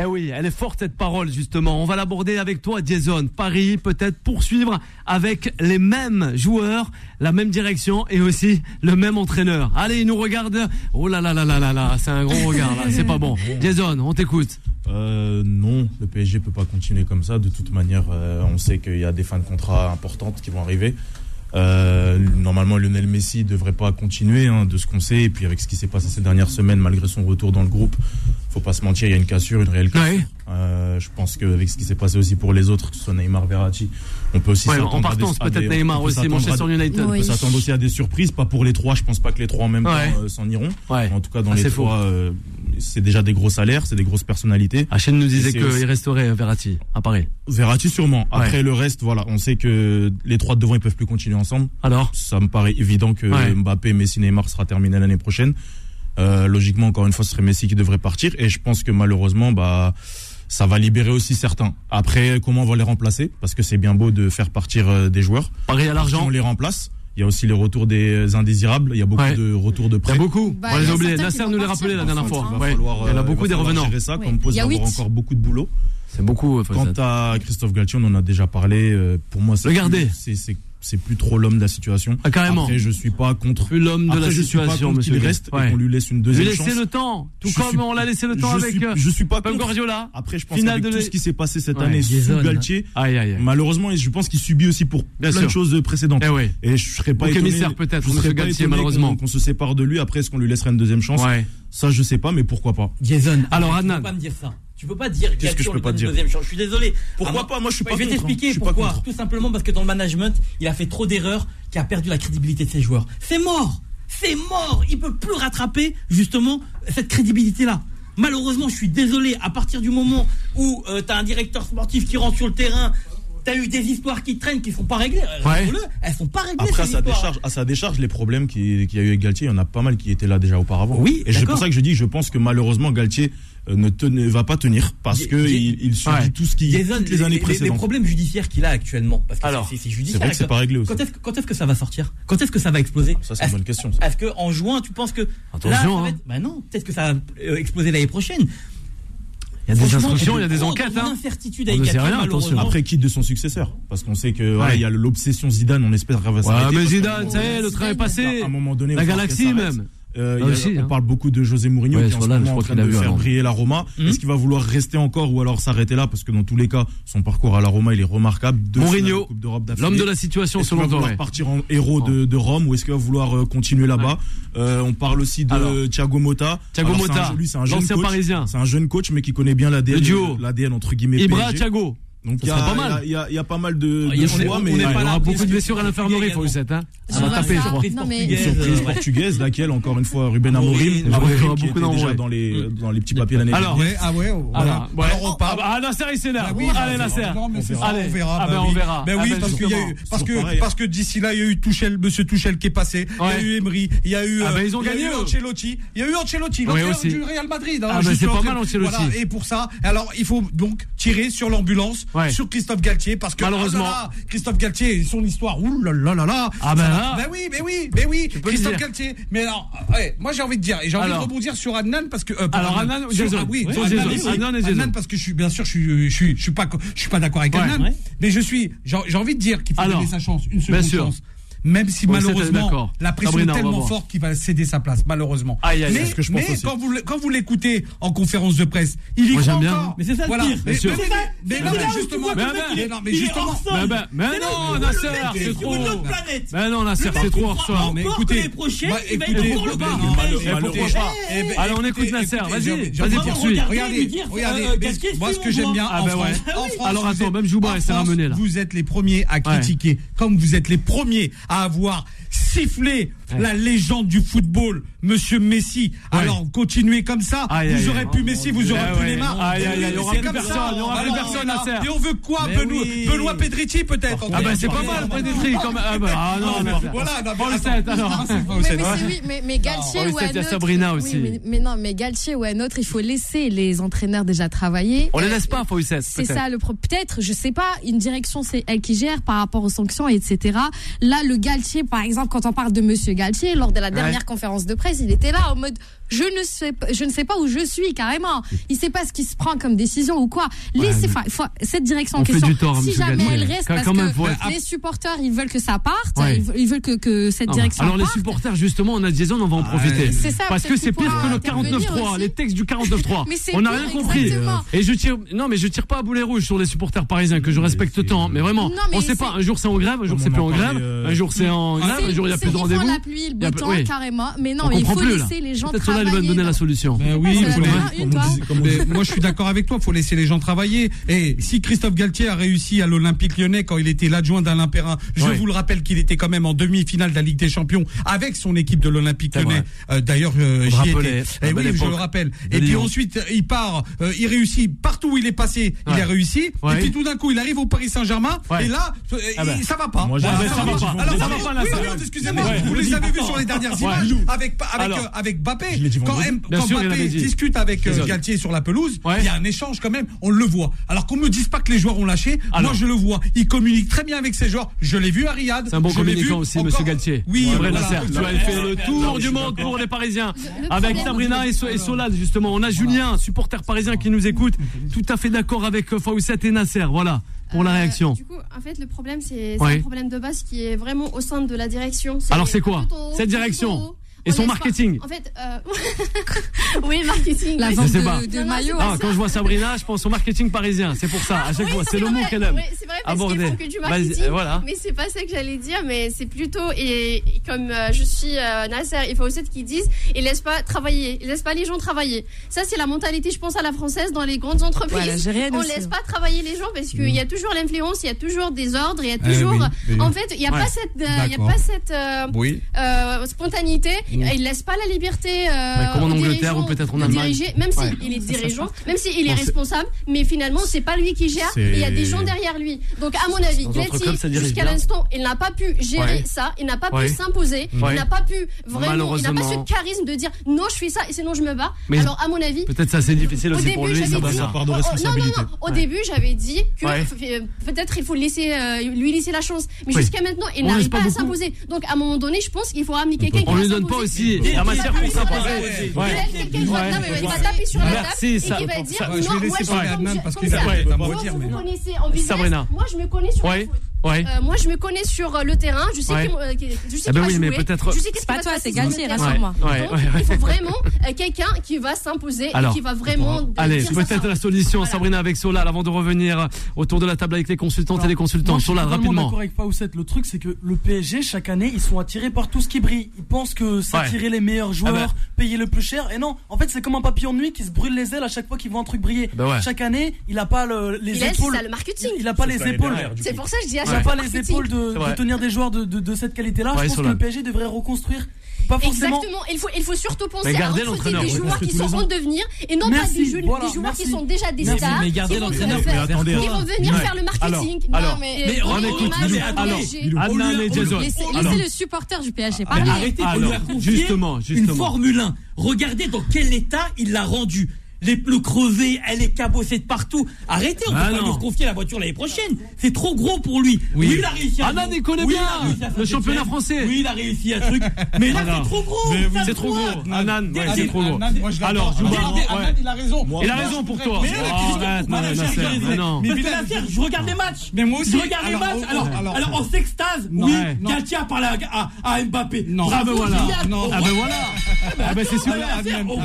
Eh oui, elle est forte cette parole justement. On va l'aborder avec toi, Jason. Paris peut-être poursuivre avec les mêmes joueurs, la même direction et aussi le même entraîneur. Allez, il nous regarde. Oh là là là là là là, c'est un gros regard là, c'est pas bon. Jason, on t'écoute.
Euh, non, le PSG peut pas continuer comme ça. De toute manière, euh, on sait qu'il y a des fins de contrat importantes qui vont arriver. Euh, normalement, Lionel Messi devrait pas continuer, hein, de ce qu'on sait. Et puis avec ce qui s'est passé ces dernières semaines, malgré son retour dans le groupe, faut pas se mentir, il y a une cassure, une réelle cassure.
Ouais.
Euh, je pense qu'avec ce qui s'est passé aussi pour les autres, que ce soit Neymar, Verratti, on peut aussi
Ouais,
s'attendre
en
à des-
partance
à des-
peut-être
on peut
Neymar aussi,
s'attendre à-
Manchester United.
on peut
Oui.
s'attendre aussi à des surprises, pas pour les trois. Je pense pas que les trois en même
Ouais.
temps euh, s'en iront.
Ouais.
En tout cas, dans
Ah,
les
c'est faux.
trois, euh, c'est déjà des gros salaires, c'est des grosses personnalités.
Hachène nous disait
C'est
qu'il
aussi-
resterait euh, Verratti à Paris.
Verratti sûrement. Après le reste, voilà, on sait que les trois de devant ils peuvent plus continuer ensemble.
Alors
Ça me paraît évident que
Ouais.
Mbappé, Messi, Neymar sera terminé l'année prochaine. Euh, logiquement, encore une fois, ce serait Messi qui devrait partir. Et je pense que malheureusement, bah, ça va libérer aussi certains. Après, comment on va les remplacer Parce que c'est bien beau de faire partir euh, des joueurs.
Paris à l'argent.
On les remplace. Il y a aussi les retours des indésirables. Il y a beaucoup
Ouais.
de retours de
Il y
prêts.
a beaucoup.
Bah,
On
il y
les
a
a oubliés.
certains qui
Nasser
vont
nous l'a
partir
rappelé la
pour
dernière
centre,
fois.
hein.
Il va
Ouais.
falloir,
Il y en a
euh,
beaucoup
il
des
va falloir
revenants.
gérer ça,
Oui.
comme pose
Il y a
d'avoir
huit.
encore beaucoup de boulot.
C'est beaucoup. euh,
Quant
Faisal.
à Christophe Galtier, on en a déjà parlé. euh, Pour moi, c'est
Regardez.
plus- c'est- c'est c'est plus trop l'homme de la situation.
Ah, carrément.
Après, je suis pas contre.
Plus l'homme de
Après,
la
je suis pas
situation,
contre
monsieur.
qu'il
Gay.
reste
Ouais.
et qu'on lui laisse une
Lui
deuxième
laisser
chance.
le temps, tout
Je
comme
suis-
on l'a laissé le temps
je
avec
suis,
euh,
je suis pas
Pep
contre.
Guardiola.
Après, je pense
Finale
qu'avec
de
tout
la-
ce qui s'est passé cette
Ouais,
année
Jason.
sous
hein.
Galtier,
Aïe aïe aïe.
malheureusement, et je pense qu'il subit aussi pour
Bien
plein
sûr.
de choses précédentes.
Eh oui.
Et je serais pas
Bouc
étonné.
émissaire, peut-être,
Je serais
monsieur
pas
Galtier,
étonné
malheureusement.
qu'on- qu'on se sépare de lui. Après, est-ce qu'on lui laisserait une deuxième chance
Ouais.
Ça, je sais pas, mais pourquoi pas
Jason.
Alors
Tu
Adnan,
peux pas me dire ça. Tu peux pas dire
Qu'est-ce que
Galtier,
je
on
peux
lui
pas
donne
dire
une deuxième chance. Je suis désolé.
Pourquoi
Ah,
pas Moi, je suis pas
Je vais
contre, hein.
t'expliquer
Je suis pas
pourquoi.
contre.
Tout simplement parce que dans le management, il a fait trop d'erreurs qui a perdu la crédibilité de ses joueurs. C'est mort. C'est mort. Il peut plus rattraper justement cette crédibilité là. Malheureusement, je suis désolé. À partir du moment où tu t'as un directeur sportif qui rentre sur le terrain. T'as eu des histoires qui traînent, qui sont pas réglées. Euh,
Ouais.
disons-le, Elles sont pas réglées.
Après, à
ces
sa,
histoires.
décharge, à sa décharge, les problèmes qui- qu'il y a eu avec Galtier, il y en a pas mal qui étaient là déjà auparavant.
Oui,
et c'est
d'accord.
pour ça que je dis, je pense que malheureusement, Galtier euh, ne, te- ne va pas tenir parce
Ga-
que
Ga-
il, il subit
Ouais.
tout ce qui
Jason,
toutes les années
les- les
précédentes.
problèmes judiciaires qu'il a actuellement. Parce que
Alors,
c'est- c'est
C'est
judiciaire.
vrai que c'est pas réglé aussi.
Quand est-ce que, quand est-ce que ça va sortir Quand est-ce que ça va exploser
Ça, c'est une
Est-ce-
bonne question.
Est-ce que en juin, tu penses que
Attention,
là, ça
hein.
va être- bah non, peut-être que ça va euh, exploser l'année prochaine.
il y a des
Franchement,
instructions,
on
il y a des
est
enquêtes.
dans une
Hein.
incertitude
On
avec
ne sait
Galtier,
rien, attention.
malheureusement.
Après, qui de son successeur Parce qu'on sait que voilà,
Ouais.
il y a l'obsession Zidane, on espère qu'elle va
Ouais,
s'arrêter.
mais
parce
Zidane, ça y est, le
Zidane.
train est passé.
qu'à un moment donné,
La
il faut
galaxie
qu'elle s'arrête.
même. Là
Euh, il y a-
aussi,
on
hein.
parle beaucoup de José Mourinho
Ouais,
qui est en
sur
ce
là, je
moment en
crois
train
qu'il a
de
vu hein.
faire
avant.
briller la Roma.
Mhm.
Est-ce qu'il va vouloir rester encore ou alors s'arrêter là Parce que dans tous les cas, son parcours à la Roma, il est remarquable. Deux
Mourinho,
finales de Coupe d'Europe d'affilée.
L'homme de la situation,
Est-ce qu'il
selon
va
toi.
vouloir
ouais.
partir en héros de, de Rome ou est-ce qu'il va vouloir euh, continuer là-bas Euh, On parle aussi de
Alors.
Thiago Motta.
Thiago
Alors, c'est un-
Motta,
lui, c'est un jeune
l'ancien
coach.
parisien.
C'est un jeune coach, mais qui connaît bien
Le
l'ADN,
duo.
l'ADN entre guillemets.
Ibra,
PSG.
Thiago. Ça
Donc il y, a-
serait pas
il y a-
mal.
il y a- il y a pas mal de,
Ah, il y
de
a- on est-
choix,
on
mais
est pas là
il y
pour
aura beaucoup de
discuter
blessures à
du
l'infernal
Portugais
faut le 7. Hein
On va taper, je crois. Non, mais-
Une surprise portugaise, laquelle, encore une fois, Ruben Amorim,
Ah ouais,
qui
beaucoup
était déjà
d'envoi.
dans les, dans les petits papiers l'année
Alors,
dernière.
ah ouais,
oh,
voilà.
Alors on parle. Ah Nasser il s'énerve.
Bah oui,
Allez
on verra.
Nasser.
Non, mais c'est ça,
Allez.
on verra.
Ah
bah
ben on
oui.
verra.
Ben
Ah
oui,
ben
parce qu'il y a
justement.
eu, parce que, parce que d'ici là, il y a eu Touchel, monsieur Touchel qui est passé.
Ouais.
Il y a eu Emery, il y a eu,
Ah
euh,
ben ils ont
il y a
gagné,
eu
eux.
Ancelotti. Il y a eu Ancelotti,
Ouais,
l'entraîneur
aussi.
du Real Madrid. hein,
Ah ben
juste
c'est pas
en train-
mal, Ancelotti.
Voilà, Et pour ça, alors il faut donc tirer sur l'ambulance, sur Christophe Galtier, parce que
Malheureusement.
ah là là, Christophe Galtier et son histoire, ouh là là là là.
Ah ben
Ça va-
là.
ben oui, mais oui, mais oui.
peux le
Christophe
dire.
Galtier. Mais alors, ouais, moi j'ai envie de dire et j'ai envie de
Alors.
rebondir sur Adnan parce que euh,
Alors,
pardon,
Adnan ou
sur-
Jason
ah oui,
Oui,
sur
Jason.
Adnan, oui,
Adnan et
Adnan
Jason.
parce que je suis bien sûr je suis je suis je suis pas je suis pas d'accord avec
Ouais.
Adnan
Ouais.
mais je suis j'ai j'ai envie de dire qu'il faut
Alors,
donner sa chance une
bien
seconde
sûr.
chance même si
Ouais, ça, t'es
malheureusement
d'accord.
la pression
Sabrina, on
est
va
tellement
voir.
forte qu'il va céder sa place malheureusement
Aïe, aïe,
mais,
c'est ce que je pense
mais
aussi.
quand vous le- quand vous l'écoutez en conférence de presse il y
Moi,
croit
j'aime bien, hein.
encore
Mais c'est ça le
Voilà.
pire.
mais,
Bien sûr.
mais-
C'est vrai.
mais
Mais
non,
là où tu
justement
vois que le mec, il est-
mais non, mais
il est
justement ah
hors sol. Mais ben- mais
C'est
non,
là où
Nasser,
le mec
c'est
est
trop.
sur une autre planète.
Mais non Nasser c'est trop hors sort.
Mais
écoutez,
écoutez,
prochaine,
bah,
il va être
écoutez,
pour le
écoutez,
bar.
non,
Mais
écoutez,
écoutez,
écoutez,
eh ben,
écoutez,
Allez, on écoute
écoutez,
Nasser,
écoutez,
vas-y,
j'ai envie-
vas-y,
j'ai envie de
poursuis.
dire,
Regardez,
regardez,
lui dire,
regardez,
euh,
mais
qu'est-ce qu'ils
moi, ce
font,
que j'aime
moi
bien
Ah
en
bah ouais.
France- en
Ah oui.
France,
Alors,
vous
attends,
êtes-
même Jouba,
en
elle s'est
France,
ramenée, là.
Vous êtes les premiers à critiquer, comme vous êtes les premiers à avoir sifflé la légende du football, Monsieur Messi. Alors continuez comme ça.
Aïe, aïe,
Vous aurez
aïe.
plus Messi, vous aurez
Ah
plus
ouais.
Neymar.
Aïe,
Et
aïe,
oui,
aïe, il y aura
c'est
plus
comme ça.
personne, il y aura plus
Alors,
personne,
voilà.
Nasser.
Et on veut quoi,
Mais
Benoît,
oui.
Benoît Pedretti peut-être.
Ah bah c'est pas mal Pedretri comme ah bah ah non mais
Voilà, non, mais
on le
attends.
sait alors.
Ah, c'est pas
Mais,
au
mais
Sénat.
c'est- oui, mais, mais Galtier
on le
ou
sait,
un
il y a
autre-
Sabrina
oui,
aussi.
mais, mais non, mais Galtier ou un autre, il faut laisser les entraîneurs déjà travailler.
On les
Euh,
laisse pas faut
C'est ça le pro- peut-être, je sais pas, une direction c'est elle qui gère par rapport aux sanctions etc. Là le Galtier par exemple quand on parle de monsieur Galtier lors de la dernière
Ouais.
conférence de presse, il était là en mode je ne sais pas, je ne sais pas où je suis carrément. Il sait pas ce qui se prend comme décision ou quoi. Laissez
mais-
enfin, il faut- cette direction
On
en
fait
question
du tort à
si
monsieur
jamais
Galtier.
elle reste
Quand-
parce
quand même, faut
que
être-
les supporters ils veulent que ça parte,
Ouais.
ils veulent- ils veulent que, que cette
Non,
direction
Alors les
parte.
supporters justement, on a Jason, on va en profiter.
C'est ça,
Parce
peut-être
que c'est
qu'il
pire que
pourra
le
intervenir
49-3,
aussi.
les textes du 49-3.
Mais c'est
On n'a
pire,
rien compris.
exactement.
Et je tire, non mais je tire pas à boulet rouge sur les supporters parisiens que je respecte tant, mais vraiment,
Non, mais
on sait
c'est-
pas. Un jour c'est en grève, un jour c'est plus en grève, un jour c'est en grève, un jour il y a
C'est-
plus de
ils font
rendez-vous.
la pluie, le
Il y a
beau
plus-
temps,
oui.
carrément. Mais non,
On
mais il
comprend
faut
plus, là.
laisser les gens
Peut-être là,
travailler.
il va me donner la solution.
Ben oui,
Ah, c'est
faut
la
les-
dernière, une, toi
Mais moi je suis d'accord avec toi, faut laisser les gens travailler. Et si Christophe Galtier a réussi à l'Olympique lyonnais quand il était l'adjoint d'Alain Perrin, je
Ouais.
vous le rappelle qu'il était quand même en demi-finale de la Ligue des Champions avec son équipe de l'Olympique lyonnais. Euh, D'ailleurs, euh,
Faut le
j'y
rappeler,
étais. Et
la
oui,
belle
je
époque
le rappelle.
de
Et puis
Lyon.
ensuite, il part, euh, il réussit partout où il est passé, il
Ouais.
a réussi.
Ouais.
Et puis tout d'un coup, il arrive au Paris Saint-Germain.
Ouais.
Et là, euh,
Ah ben.
il- ça va pas.
Moi, je-
Voilà,
Ah ben, ça va pas.
Alors,
Ça
ça
va
va
pas, là,
oui,
ça.
oui, excusez-moi,
Ouais.
vous les avez vus
Ouais.
sur les dernières
Ouais.
images
Loulou.
avec avec
Alors.
avec Mbappé.
Je l'ai dit
Quand
vendredi.
M-
Bien
quand
sûr, il l'avait
Mbappé
dit.
discute avec euh,
Désolé.
Galtier sur la pelouse, il y a un échange quand même, on le voit. Alors qu'on me dise pas que les joueurs ont lâché, moi
Alors.
je le vois. Il communique très bien avec ses joueurs. Je l'ai vu à Riyad.
C'est un bon
je l'ai vu
communicant aussi,
encore-
Monsieur Galtier.
Oui,
C'est vrai,
voilà.
Nasser. Tu as
Non,
fait
mais-
le
non,
tour
mais
du
je suis
monde
d'accord.
pour les Parisiens.
le
Avec
problème-
Sabrina et, So- et Solad, justement. On a Julien, supporter parisien qui nous écoute. Tout à fait d'accord avec euh, Faousset et Nasser. Voilà, pour la
Euh,
réaction.
Du coup, en fait, le problème, c'est c'est
Ouais.
un problème de base qui est vraiment au sein de la direction.
Alors, c'est quoi
tout en haut,
Cette
tout
direction
en haut.
Et
On
son
laisse pas-
marketing
En fait, euh, oui, marketing.
La
oui.
vente
Je sais
de-
pas.
de maillots,
Ah,
ouais,
quand je vois Sabrina, je pense au marketing parisien. C'est pour ça, à chaque
Oui,
fois.
ça,
C'est le mot
vrai.
qu'elle aime.
Oui, c'est vrai, parce qu'ils
aborder.
font que du
Vas-y, euh,
marketing.
voilà.
Mais c'est pas ça que j'allais dire, mais c'est plutôt, et et comme euh, je suis euh, Nasser, il faut aussi qu'ils disent, ils laissent pas travailler, ils laissent pas les gens travailler. Ça, c'est la mentalité, je pense, à la française dans les grandes entreprises.
Voilà, j'ai rien
On
aussi.
laisse pas travailler les gens parce qu'il y a toujours l'influence, il y a toujours des ordres, il y a
Eh
toujours.
oui, oui.
En fait, il y a
Ouais.
pas cette, euh, il y a
D'accord.
pas cette euh,
Oui.
euh, spontanéité.
Mm.
Ils laissent pas la liberté. euh,
Bah, comme en
aux
Angleterre
dirigeants
ou peut-être en
de
Allemagne.
diriger, même s'il
Ouais.
est dirigeant, même s'il est
Bon, c'est-
responsable, mais finalement, c'est pas lui qui gère.
C'est-
et Il y a des gens derrière lui. Donc, à mon avis,
Dans un truc comme ça,
Galtier,
dirige
jusqu'à
bien.
l'instant, il n'a pas pu gérer
Ouais.
ça, il n'a pas
Ouais.
pu s'imposer,
Ouais.
il n'a pas pu vraiment, il n'a pas ce
Malheureusement.
charisme de dire non, je fais ça et sinon je me bats.
Mais-
Alors, à mon avis,
Peut-être ça, c'est difficile
au
aussi pour lui.
début, j'avais
Ça
dit,
doit
oh,
faire part
oh,
de
non, non,
responsabilité.
non. Au
Ouais.
début, j'avais dit que
Ouais.
euh, peut-être il faut laisser, euh, lui laisser la chance. Mais
Oui.
jusqu'à maintenant, il
On laisse
n'arrive
pas
pas à
beaucoup.
s'imposer. Donc, à un moment donné, je pense qu'il faut ramener quelqu'un qui
On
va
lui donne pas
s'imposer.
aussi la matière pour s'imposer.
Ouais.
Ouais.
Quelqu'un qui va- non, mais il va
Ouais.
taper sur la table
Merci,
et qui
ça-
va
ça-
dire
je
non,
vais
moi
laisser
je
parler
suis
à
comme
Adnan
je-
parce
comme
qu'il a-
ça.
ouais, il va
Vous,
me dire,
vous
mais-
connaissez en business,
Sabrina.
moi je me connais sur
Ouais.
le foot.
Ouais.
Euh, moi, je me connais sur euh, le terrain. Je sais
Ouais.
qu'il euh, qu'il- je sais
Ah
qu'il
bah
va
oui, mais
jouer.
peut-être-
Je sais
C'est
qu'est-ce qui
pas
va se
toi,
passer
c'est
dans le
Galtier,
terrain.
rassure-moi. Ouais,
Donc,
ouais, ouais.
il faut vraiment euh, quelqu'un qui va s'imposer et
Alors,
qui va vraiment.
Allez,
dire ça.
peut-être la solution, Sabrina, avec Solal, avant de revenir autour de la table avec les consultantes et les consultants.
Moi, je suis
Solal,
totalement
rapidement.
d'accord avec Paoussette. Le truc, c'est que le PSG, chaque année, ils sont attirés par tout ce qui brille. Ils pensent que c'est
Ouais.
attirer les meilleurs
Ah
joueurs,
bah.
payer le plus cher. Et non, en fait, c'est comme un papillon de nuit qui se brûle les ailes à chaque fois qu'il voit un truc briller.
Bah ouais.
Chaque année, il a pas le- les
Il a-
épaules.
c'est ça, le marketing.
Il, il a pas
Sauf
les
l'année
épaules.
dernière, du C'est coup. pour ça que je dis à
Il a
chaque
pas
fois
les
marketing.
épaules de,
C'est
de
vrai.
tenir des joueurs de, de- de cette qualité-là.
Ouais,
je pense que
Solal.
le PSG devrait reconstruire. Pas forcément.
Exactement. Il faut, il faut surtout penser à
gardez
recruter
l'entraîneur,
des
oui,
joueurs
parce que
qui
tous
sont
les
en
ans-
devenir et non
Merci,
pas des, jeunes-
voilà,
des joueurs qui
merci.
sont déjà des
Merci,
stars.
mais
qui
gardez
vont
l'entraîneur,
faire-
mais attendez.
qui vont venir
Ouais.
faire le marketing.
Alors, alors,
mais-
mais on
Donner
écoute,
l'image
Milou.
à
alors,
PSG.
Milou,
Au lieu-
Adnan et
au-
Jason.
Laissez,
Alors,
laissez le supporter du PSG
Ah,
parler.
mais
Arrêtez de
Alors,
lui confier
justement, justement.
une Formule 1. Regardez dans quel état il l'a rendue. Les pneus crevés, elle est cabossée de partout. Arrêtez, on ne peut
Ah
pas
non.
lui confier la voiture l'année prochaine. C'est trop gros pour lui.
Oui.
Oui, il a réussi à.
Ah non, mais il connaît
Oui,
bien
il a réussi à
le
Saint-Étienne.
championnat français.
Oui, il a réussi un truc. Mais là,
Alors,
c'est trop gros.
mais oui,
Ça
c'est
me
trop gros.
droite.
Adnan, ouais,
Dès-
c'est trop gros.
Adnan, moi, je l'adore.
Alors,
Regardez,
Zouba,
Adnan,
ouais.
il a raison.
Moi, Il a raison pour toi.
Mais non, mais
Oh,
qu'est-ce qu'il y a
arrête,
pour
non,
Madame
non,
Cher,
c'est-
Jérémy
non.
Mais Bilal Pierre, je regarde les matchs.
Mais moi aussi.
Je regarde les
Alors,
matchs.
on-
Alors,
on-
alors,
alors,
on s'extase.
oh, Non.
Oui,
Ouais.
Galtier parle à, à, à Mbappé.
Non.
Ah ben
Bravo,
voilà.
Zidane.
Non.
Oh,
Ah ben voilà. Ah ben c'est sûr.
Voilà, Nasser, heureusement.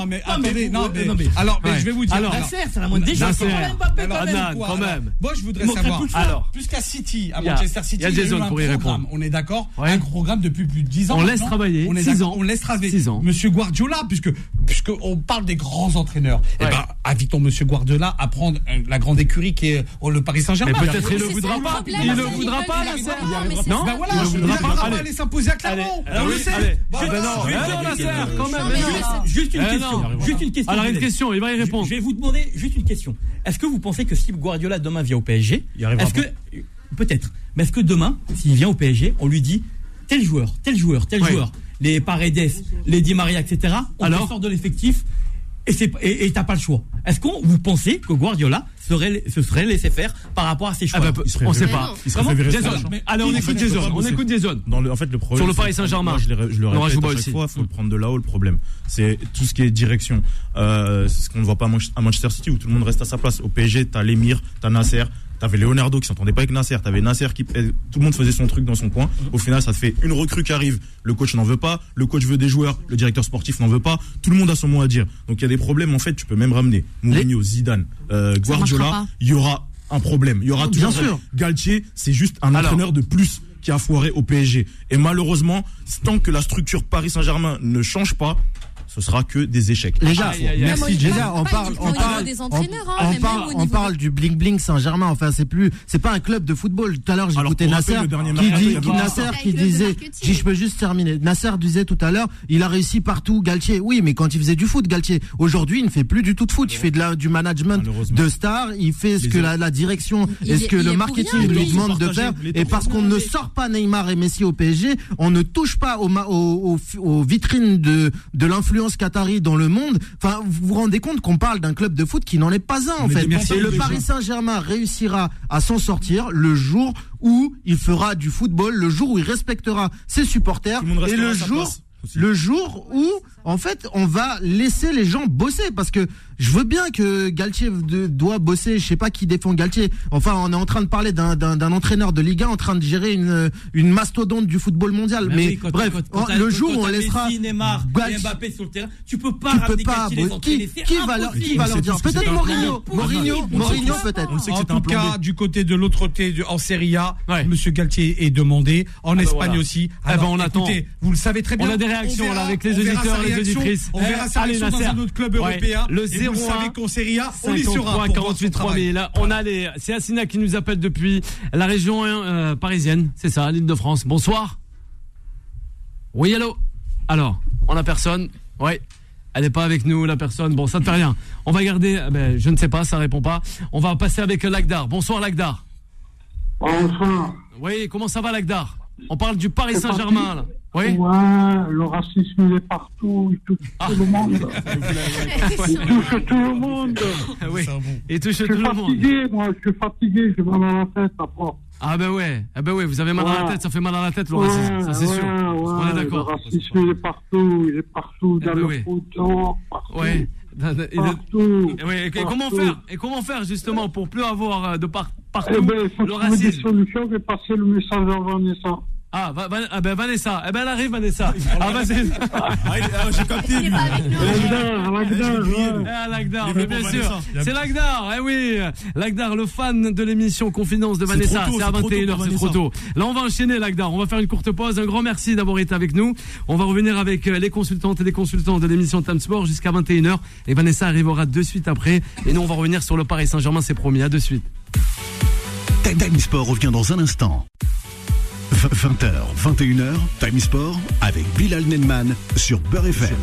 Non, mais
Non, mais
attendez,
vous- euh,
non, mais.
non, mais-
Alors, mais
Ouais.
je vais vous dire.
Alors,
Nasser, c'est la moindre des choses.
Nasser.
Quand même, Mbappé, quand même.
Adnan,
quoi,
quand
alors,
même.
Moi, je voudrais
Montrer
savoir.
plus le feu.
Alors.
Jusqu'à City, à
Il y a-
Manchester City,
il y a Jason
eu un
pour y
programme.
répondre.
On est d'accord
Ouais.
Un programme depuis plus de 10 ans.
On laisse
maintenant.
travailler.
On est
Six
d'accord,
ans.
On laisse travailler.
Six ans.
Monsieur Guardiola, puisque, puisque on parle des grands entraîneurs. Eh
Ouais.
ben, invitons Monsieur Guardiola à prendre euh, la grande écurie qui est euh, le Paris Saint-Germain.
Mais
Ah,
peut-être
Il
il
y
ne
a-
voudra
le
pas.
problème,
Il ne
Marseille,
voudra
ils
pas, Ah,
veulent
Nasser.
pas. Non, mais c'est
Non,
ça.
Ben voilà,
il ne
je
voudra pas.
pas aller
Allez.
s'imposer à
Allez,
Clermont.
allez,
On le sait.
allez.
Bah
Ah ben
voilà.
non,
vais
ben
dire
non,
quelque
Nasser,
chose.
quand
Non,
même.
mais
ben non.
Nasser,
Juste une
Eh
question.
non.
Juste une question.
Alors une
Bilal.
question, il va y
Je-
répondre.
Je vais vous demander juste une question. Est-ce que vous pensez que si Guardiola demain vient au PSG,
Il arrivera
est-ce que peut-être, mais est-ce que demain, s'il vient au PSG, on lui dit tel joueur, tel joueur, tel
Ouais.
joueur, les Paredes, les Di Maria, etc. On
Alors
te sort de l'effectif et c'est et et t'as pas le choix. Est-ce qu'on vous pensez que Guardiola serait se serait laissé faire par rapport à ses choix
Ah bah,
serait
on sait
viré.
pas.
Il serait
Comment
viré de
Jason.
l'argent.
Mais Allez, on
Il
écoute
peut pas
Jason. On
bosser.
écoute Jason.
Dans le, en fait, le problème,
Sur le
c'est-
Paris Saint-Germain.
moi, Je, le ré- je le
Nora
répète
Jouba
à chaque
aussi.
fois, faut prendre de là-haut le problème. C'est tout ce qui est direction. Euh, c'est ce qu'on ne voit pas à Manch- à Manchester City où tout le monde reste à sa place. Au PSG, t'as l'émir, t'as Nasser, t'avais Leonardo qui s'entendait pas avec Nasser, t'avais Nasser qui eh, tout le monde faisait son truc dans son coin.
Mhm.
Au final, ça te fait une recrue qui arrive. Le coach n'en veut pas, le coach veut des joueurs, le directeur sportif n'en veut pas. Tout le monde a son mot à dire. Donc il y a des problèmes en fait. Tu peux même ramener Mourinho, Zidane, euh,
marchera
Guardiola.
pas.
Il y aura un problème. Il y aura
Bien
toujours.
sûr.
Galtier, c'est juste un
Alors.
entraîneur de plus qui a foiré au PSG. Et malheureusement, tant que la structure Paris Saint-Germain ne change pas, ce sera que des échecs.
Les gars,
Aïe, aïe, aïe.
Moi, je
merci
parle
déjà. On
pas
parle,
uniquement
on
au niveau
parle,
des
on-
entraîneurs, hein,
on
mais même
parle-
au
on
niveau
parle
des-
du bling bling Saint-Germain. Enfin, c'est plus, c'est pas un club de football. Tout à l'heure,
Alors,
j'écoutais
pour
Nasser
rappel, le dernier
qui
match,
dit,
il y avait
qui-
un-
Nasser
Avec
qui
le
disait,
marketing.
si je peux juste terminer. Nasser disait tout à l'heure, il a réussi partout, Galtier. Oui, mais quand il faisait du foot, Galtier. Aujourd'hui, il ne fait plus du tout de foot. Il fait de la, du management
Malheureusement.
de stars. Il fait ce
Les
que
hommes.
la, la direction
Il
et
est-
ce que
il
le
est pour rien,
marketing
lui.
lui demande de
Partagez
faire.
les
Et
temps.
parce qu'on ne sort pas Neymar et Messi au PSG, on ne touche pas aux, ma- aux- aux- aux vitrines de, de l'influence qatari dans le monde. Enfin, vous vous rendez compte qu'on parle d'un club de foot qui n'en est pas un, en
Mais
fait.
merci,
Et le
les gens.
Paris Saint-Germain réussira à s'en sortir le jour où il fera du football, le jour où il respectera ses supporters
Tout le monde
et
restera
le
à sa
jour.
place aussi.
Le jour où, en fait, on va laisser les gens bosser, parce que je veux bien que Galtier de- doit bosser. Je sais pas qui défend Galtier. Enfin, on est en train de parler d'un d'un- d'un entraîneur de Ligue 1 en train de gérer une une mastodonte du football mondial.
Bah
Mais
oui, quand-
bref,
quand- quand
on-
t'as-
le
quand
jour où
t'as
on laissera
Messi, Neymar et
Galtier-
Mbappé sur le terrain, tu peux pas
tu peux
ramener
pas,
Galtier les entraîner,
qui,
c'est
qui va leur, qui va leur dire
impossible.
Peut-être Mourinho, Mourinho,
impossible.
Mourinho
On
peut-être. Ah,
On sait que
En
c'est un
tout
plan
cas,
B.
du côté de l'autre côté de, en Serie A,
Ouais.
Monsieur Galtier est demandé. En
ben
Espagne
voilà.
aussi.
Eh ben, on attend.
écoutez, Vous le savez très
On
bien.
a des réactions,
verra-
là, avec les
on verra
auditeurs
sa
et les
réaction,
auditrices.
On verra sa
Allez,
réaction dans
Nasser.
un autre club
Ouais.
européen.
Le
Et vous
01,
savez qu'en Serie A, on y sera.
53
pour voir son
48
travail.
3000. On a les. C'est Assina qui nous appelle depuis la région euh, parisienne, c'est ça, l'île de France. Bonsoir. Oui, allô. Alors, on a personne. Ouais. Elle n'est pas avec nous, la personne. Bon, ça ne fait rien. On va garder. eh ben, je ne sais pas, ça répond pas. On va passer avec euh, Lagdar. Bonsoir, Lagdar.
Bonsoir.
Oui, comment ça va, Lagdar On parle du Paris Saint-Germain, là. Oui
Ouais, le racisme il est partout, il touche tout le monde. Il touche tout le monde.
Oui. Ah Et touche
Je
tout
suis
le monde.
fatigué, moi, je suis fatigué, j'ai mal à la tête à force.
Ah ben ouais, ah ben ouais, vous avez mal à la
Ouais.
tête, ça fait mal à la tête le racisme,
Ouais,
ça c'est
ouais,
sûr. On
ouais,
est d'accord.
Le racisme, il est partout, il est partout,
Eh
dans
ben
le
oui.
foot, dans- partout.
Ouais. Et, le-
Partout.
Eh ouais, et
Ah. Partout.
comment faire Et comment faire justement pour plus avoir euh, de par- partout
Eh ben, il faut
le
trouver des
racisme
solutions et passer le message à Vanessa.
ah, Va- Va- ah ben Vanessa, eh ben elle arrive Vanessa. Ah vas-y.
ah,
j'ai capté lui.
Lagdar, Lagdar, ouais.
Ah Lagdar,
Il est
mais
bon
bien
pour
sûr.
Vanessa.
C'est Lagdar, eh oui. Lagdar, le fan de l'émission Confidence de
C'est
Vanessa.
trop tôt,
C'est à
c'est trop tôt
21h,
pour
c'est trop
Vanessa.
tôt. Là on va enchaîner Lagdar, on va faire une courte pause. Un grand merci d'avoir été avec nous. On va revenir avec euh, les consultantes et les consultants de l'émission Time Sport jusqu'à 21h. Et Vanessa arrivera de suite après. Et nous on va revenir sur le Paris Saint-Germain, c'est promis, à de suite.
Time Sport revient dans un instant. 20h, 21h, Time Sport avec Bilal Nenman sur Beurre FM.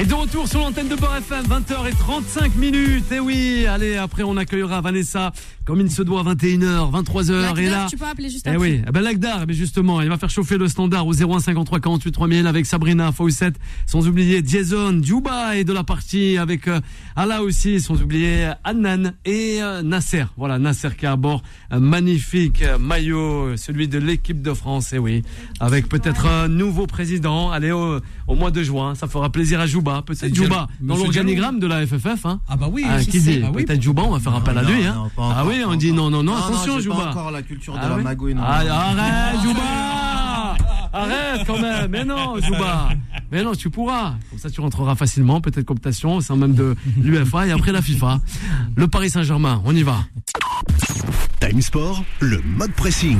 Et de retour sur l'antenne de Beurre FM, 20h35 minutes. Et oui, allez, après on accueillera Vanessa comme il se doit 21h, 23h. Et
Lagdar,
là,
tu peux appeler juste
eh
après.
oui, eh ben Lagdar, mais justement, il va faire chauffer le standard au 01 53 48 3000 avec Sabrina Fawcett, sans oublier Jason Duba et de la partie avec euh, Allah aussi, sans oublier Annan et euh, Nasser. Voilà, Nasser qui a à bord un magnifique euh, maillot, euh, celui de l'équipe de France. Et oui, avec peut-être un nouveau président. Allez au, au mois de juin, ça fera plaisir à Jouba, peut-être
Diallo.
Jouba dans
Monsieur
l'organigramme de la FFF. Hein. Ah bah
oui, je
qui
sais,
dit
bah oui,
peut-être Jouba, on va faire appel à
non,
lui. Hein.
non, pas
ah
encore,
oui,
pas
on dit non, non, non,
Non, non,
attention
j'ai pas
Jouba.
encore la culture de
Ah
la
oui
magouille, non,
Ah,
non.
Arrête Jouba Arrête quand même Mais non Jouba Mais non tu pourras Comme ça tu rentreras facilement, peut-être cooptation, c'est un même de l'UFA et après la FIFA. Le Paris Saint-Germain, on y va.
Time Sport, le mode pressing.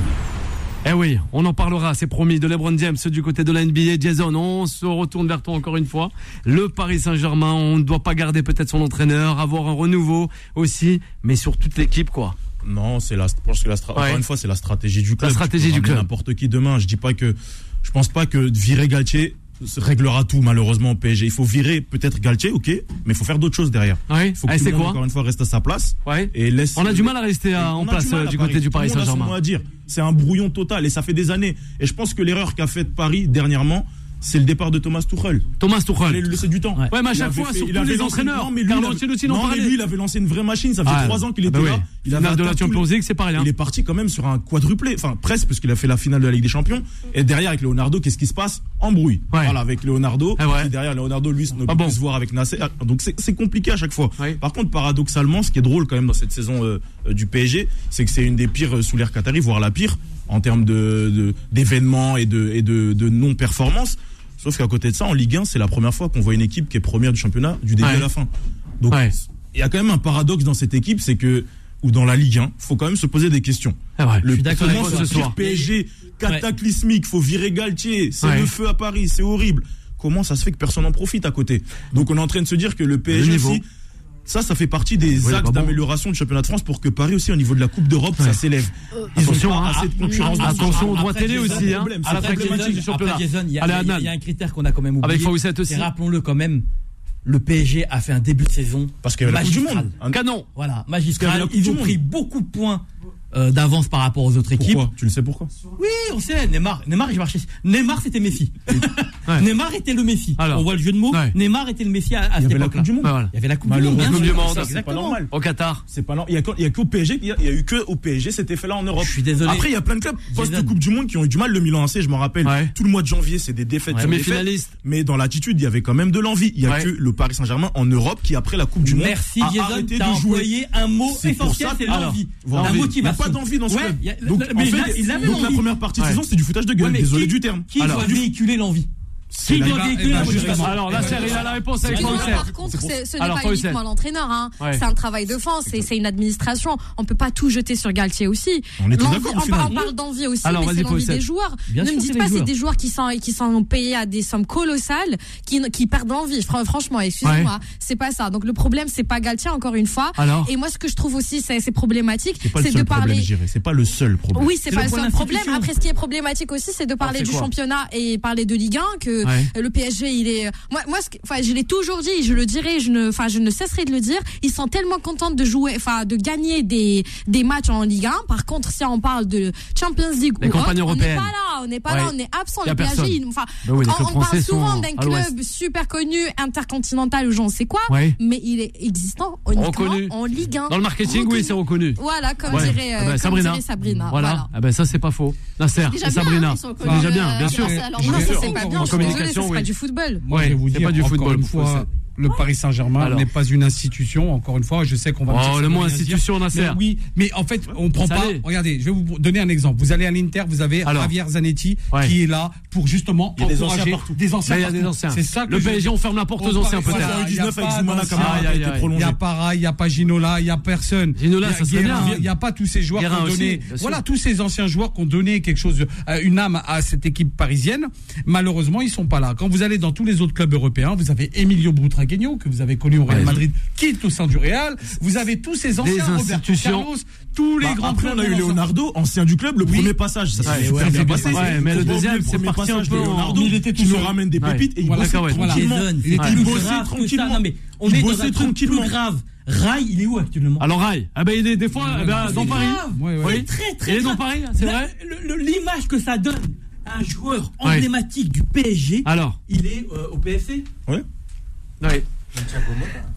Eh oui, on en parlera, c'est promis, de LeBron James du côté de la NBA. Jason, on se retourne vers toi encore une fois. Le Paris Saint-Germain, on ne doit pas garder peut-être son entraîneur, avoir un renouveau aussi, mais sur toute l'équipe, quoi.
Non, c'est la, je pense que la stra- encore
Ouais.
une fois, c'est la stratégie du club. Tu
stratégie
peux
du
ramener
club.
N'importe qui demain. Je dis pas que, je pense pas que virer Galtier se réglera tout, malheureusement, au PSG. Il faut virer peut-être Galtier, ok, mais il faut faire d'autres choses derrière.
Ouais.
Il faut que
Eh,
tout
c'est
le monde,
quoi
encore une fois, reste à sa place. Et laisse.
On a du mal à rester à-
On
en
a
place
mal
euh,
à
du côté du
Tout
Paris
le monde a son
Saint-Germain.
mot à dire. C'est un brouillon total et ça fait des années. Et je pense que l'erreur qu'a faite Paris dernièrement, c'est le départ de Thomas Tuchel.
Thomas Tuchel.
Il allait lui laisser du temps.
Ouais, mais à
Il
chaque
avait
fois,
fait-
surtout
il avait
les
lancé-
entraîneurs.
Non, mais lui,
Carlo
il avait-
Ancelotti n'en
non, mais
parlait.
lui, il avait lancé une vraie machine. Ça faisait
Ah,
trois ans qu'il
ah
était
bah
là.
oui.
Il avait
Finale de la
atteint tous
Champions
les-
League, c'est hein. pas rien.
Il est parti quand même sur un quadruplé. Enfin, presque, parce qu'il a fait la finale de la Ligue des Champions. Et derrière, avec Leonardo, qu'est-ce qui se passe Embrouille. Voilà, avec Leonardo.
Eh
Et derrière, Leonardo, lui, ne peut plus se voir avec Nasser. Ah, Donc, c'est c'est compliqué à chaque fois. Par contre, paradoxalement, ce qui est drôle quand même dans cette saison euh, euh, du PSG, c'est que c'est une des pires euh, sous l'ère Qatari, voire la pire, en termes de- de- d'événements et de, et de, de non-performance. Sauf qu'à côté de ça, en Ligue 1, c'est la première fois qu'on voit une équipe qui est première du championnat du début à la fin. Donc, il y a quand même un paradoxe dans cette équipe, c'est que, ou dans la Ligue 1, faut quand même se poser des questions.
Ah je
le
suis d'accord avec
comment
toi ce
sortir
soir.
PSG cataclysmique, faut virer Galtier, c'est
Ouais.
le feu à Paris, c'est horrible. Comment ça se fait que personne n'en profite à côté Donc on est en train de se dire que le PSG
niveau.
aussi, ça, ça fait partie des
Oui, bah
axes
bon.
d'amélioration du championnat de France pour que Paris aussi, au niveau de la Coupe d'Europe, ça s'élève. Ils ont
Attention,
pas
hein.
Ah, assez de concurrence.
Ah,
dans ce
Attention aux
championnat.
droits
Après,
télé
c'est ça
aussi,
le
hein.
problème,
À
c'est
la
ça
Après
le
Jason,
problématique du
après
championnat.
Jason, il y a,
Allez,
il y a-
Adnan.
il y a un critère qu'on a quand même oublié.
Avec Fawcett aussi.
Et Rappelons-le quand même, le PSG a fait un début de saison
Parce qu'il y avait la Coupe du
magistral.
Monde. Un-
Canon.
Voilà,
Parce qu'il y
magistral.
avait la Coupe
Ils
du
ont
Monde.
pris beaucoup de points euh, d'avance par rapport aux autres équipes.
Pourquoi Tu le sais pourquoi
Oui, on sait, Neymar, Neymar, il marchait. Neymar, c'était Messi. Neymar était le Messi.
Alors.
on voit le jeu de mots.
Ouais.
Neymar était le Messi à, à cette époque-là. Bah Il y avait la Coupe du Monde. bien
Malheureusement,
sûr.
ça, c'est pas
Exactement.
normal.
Au Qatar.
C'est pas normal. Il y a, quand- il y a qu'au PSG, il y a, il y a eu que au PSG cet effet-là en Europe. Je
suis désolé.
Après, il y a plein de clubs post
Zidane.
Coupe du Monde qui ont eu du mal. Le Milan AC, je m'en rappelle. Tout le mois de janvier, c'est des défaites.
Ouais.
sur
Mais
défaites.
finaliste.
Mais dans l'attitude, il y avait quand même de l'envie. Il y a
Ouais.
que le Paris Saint-Germain en Europe qui, après la Coupe du Monde,
Merci
a
Jason,
arrêté
t'as
de jouer.
employé un mot
C'est pour
essentiel,
ça-
c'est
Alors,
l'envie.
voilà.
La
Il y a
motivation.
pas d'envie dans ce
Ouais,
club.
il y a-
Donc,
la-
en
mais
fait,
là, il avait
donc la
l'envie.
première partie de saison,
Ouais.
c'est du foutage de gueule.
Ouais, mais
Désolé
qui-
du terme.
Qui
Alors,
doit
du-
véhiculer l'envie
C'est
Qui
la-
doit
eh ben,
véhiculer la
justement.
motivation
Alors, là, c'est-
il a la réponse avec
Mais non,
Fawcett.
par contre, c'est- ce n'est
Alors,
pas
Fawcett.
uniquement l'entraîneur. hein.
Ouais.
C'est un travail de fond, c'est c'est une administration. On peut pas tout jeter sur Galtier aussi.
On est tous
L'envie-
d'accord, au
on,
final.
parle- on parle d'envie aussi,
Alors,
mais
vas-y,
c'est l'envie
Fawcett.
des joueurs.
Bien
ne
sûr,
me
c'est
dites
les
pas c'est
joueurs.
des joueurs qui sont qui sont payés à des sommes colossales, qui qui perdent l'envie. Fran- Franchement, excusez-moi,
Ouais.
c'est pas ça. Donc le problème, c'est pas Galtier encore une fois.
Alors
Et moi, ce que je trouve aussi, c'est c'est problématique,
C'est pas le
c'est de
seul problème,
parler.
je dirais. C'est pas le seul problème.
Oui, c'est pas le seul problème.
d'institution.
Après, ce qui est problématique aussi, c'est de parler
c'est
du
quoi
championnat et parler de Ligue 1, que que
Ouais.
le PSG, il est. euh, Moi, moi, ce que- enfin, je l'ai toujours dit, je le dirai, je ne, enfin, je ne cesserai de le dire. Ils sont tellement contents de jouer, enfin, de gagner des des matchs en Ligue 1. Par contre, si on parle de Champions League
Les
ou autre,
campagnes
on n'est
européennes.
pas là, on n'est pas là,
Ouais.
on est absent.
Y a
Le
personne.
PSG, il- enfin,
Bah oui, les
on-
clubs
on
français
parle souvent
sont
d'un
à l'ouest.
club super connu, intercontinental ou j'en sais quoi,
Ouais.
mais il est existant uniquement
Reconnu.
en Ligue 1.
Dans le marketing,
Reconnu.
oui, c'est reconnu.
Voilà, comme
Ouais.
dirait, euh,
Ah bah,
comme
Sabrina.
dirait Sabrina.
Voilà.
voilà.
Ah ben ça c'est pas faux. Nasser,
C'est déjà
et
bien,
Sabrina.
hein, ils sont
C'est déjà bien,
connus,
bien
euh,
sûr.
grâce à leur- Non, ça, c'est pas bien,
En
je suis désolée,
communication,
ça, c'est pas
oui.
du football.
Moi, je vais vous
C'est
dire,
pas du
encore
football.
une
faut
fois,
ça. le Paris Saint-Germain
Alors.
n'est pas une institution. Encore une fois, je sais qu'on va. me
Oh,
dire que ça
le mot
veut rien dire.
institution, Nasser.
Mais oui, mais en fait, on prend
Ça
pas.
l'est.
Regardez, je vais vous donner un exemple. Vous allez à l'Inter, vous avez
Alors.
Javier Zanetti
Ouais.
qui est là pour justement
Il y a des anciens
encourager
partout.
des anciens.
Mais il y a des
partout.
anciens.
C'est ça. Que
Le
je-
PSG, on ferme la porte aux anciens,
Voilà,
peut-être.
il y a
19 avec
pas
Zoumana
d'anciens.
Kamara qui a
Aïe, aïe,
été
aïe.
Il
prolongé.
n'y a pas Rai, il n'y a pas Ginola, il n'y a personne.
Ginola,
Il y a
ça serait
Guérin,
bien, hein.
Il n'y a pas tous ces joueurs
Guérin
qui ont
aussi,
donné.
bien sûr.
voilà, tous ces anciens joueurs qui ont donné quelque chose, euh, une âme à cette équipe parisienne. Malheureusement, ils sont pas là. Quand vous allez dans tous les autres clubs européens, vous avez Emilio Butragueño, que vous avez connu au Real
Ouais.
Madrid, qui est au sein du Real. Vous avez tous ces
Des
anciens, Roberto
institutions.
Carlos, tous les
Bah,
grands
après,
clubs
on a eu
ont lancé-
Leonardo, ancien du club, le
Oui.
premier passage. Ça s'est
Ouais,
super
ouais,
bien
c'est
passé.
bien. Ouais, mais
Faut
le
pas oublier
deuxième,
le
c'est
premier
parti un
passage de
peu en-
Leonardo.
Il
était tout
qui nous
seul.
ramène des
Ouais.
pépites et il
Voilà,
bossait
ouais.
Voilà.
tranquillement.
Jason,
Il
ouais.
était
Plus
bossé
grave que ça.
tranquillement.
Non, mais on
Il
est dans
bossait
un truc plus
tranquillement.
grave. Rai, il est où actuellement
Alors Rai, ah ben il est des fois eh ben, dans
C'est
Paris.
grave.
Ouais, ouais.
C'est très, très
Il est dans
grave.
Paris, c'est
La-
vrai
le- le- L'image que ça donne à un joueur
Ouais.
emblématique du PSG,
Alors,
il est euh, au PFC.
Ouais.
ouais.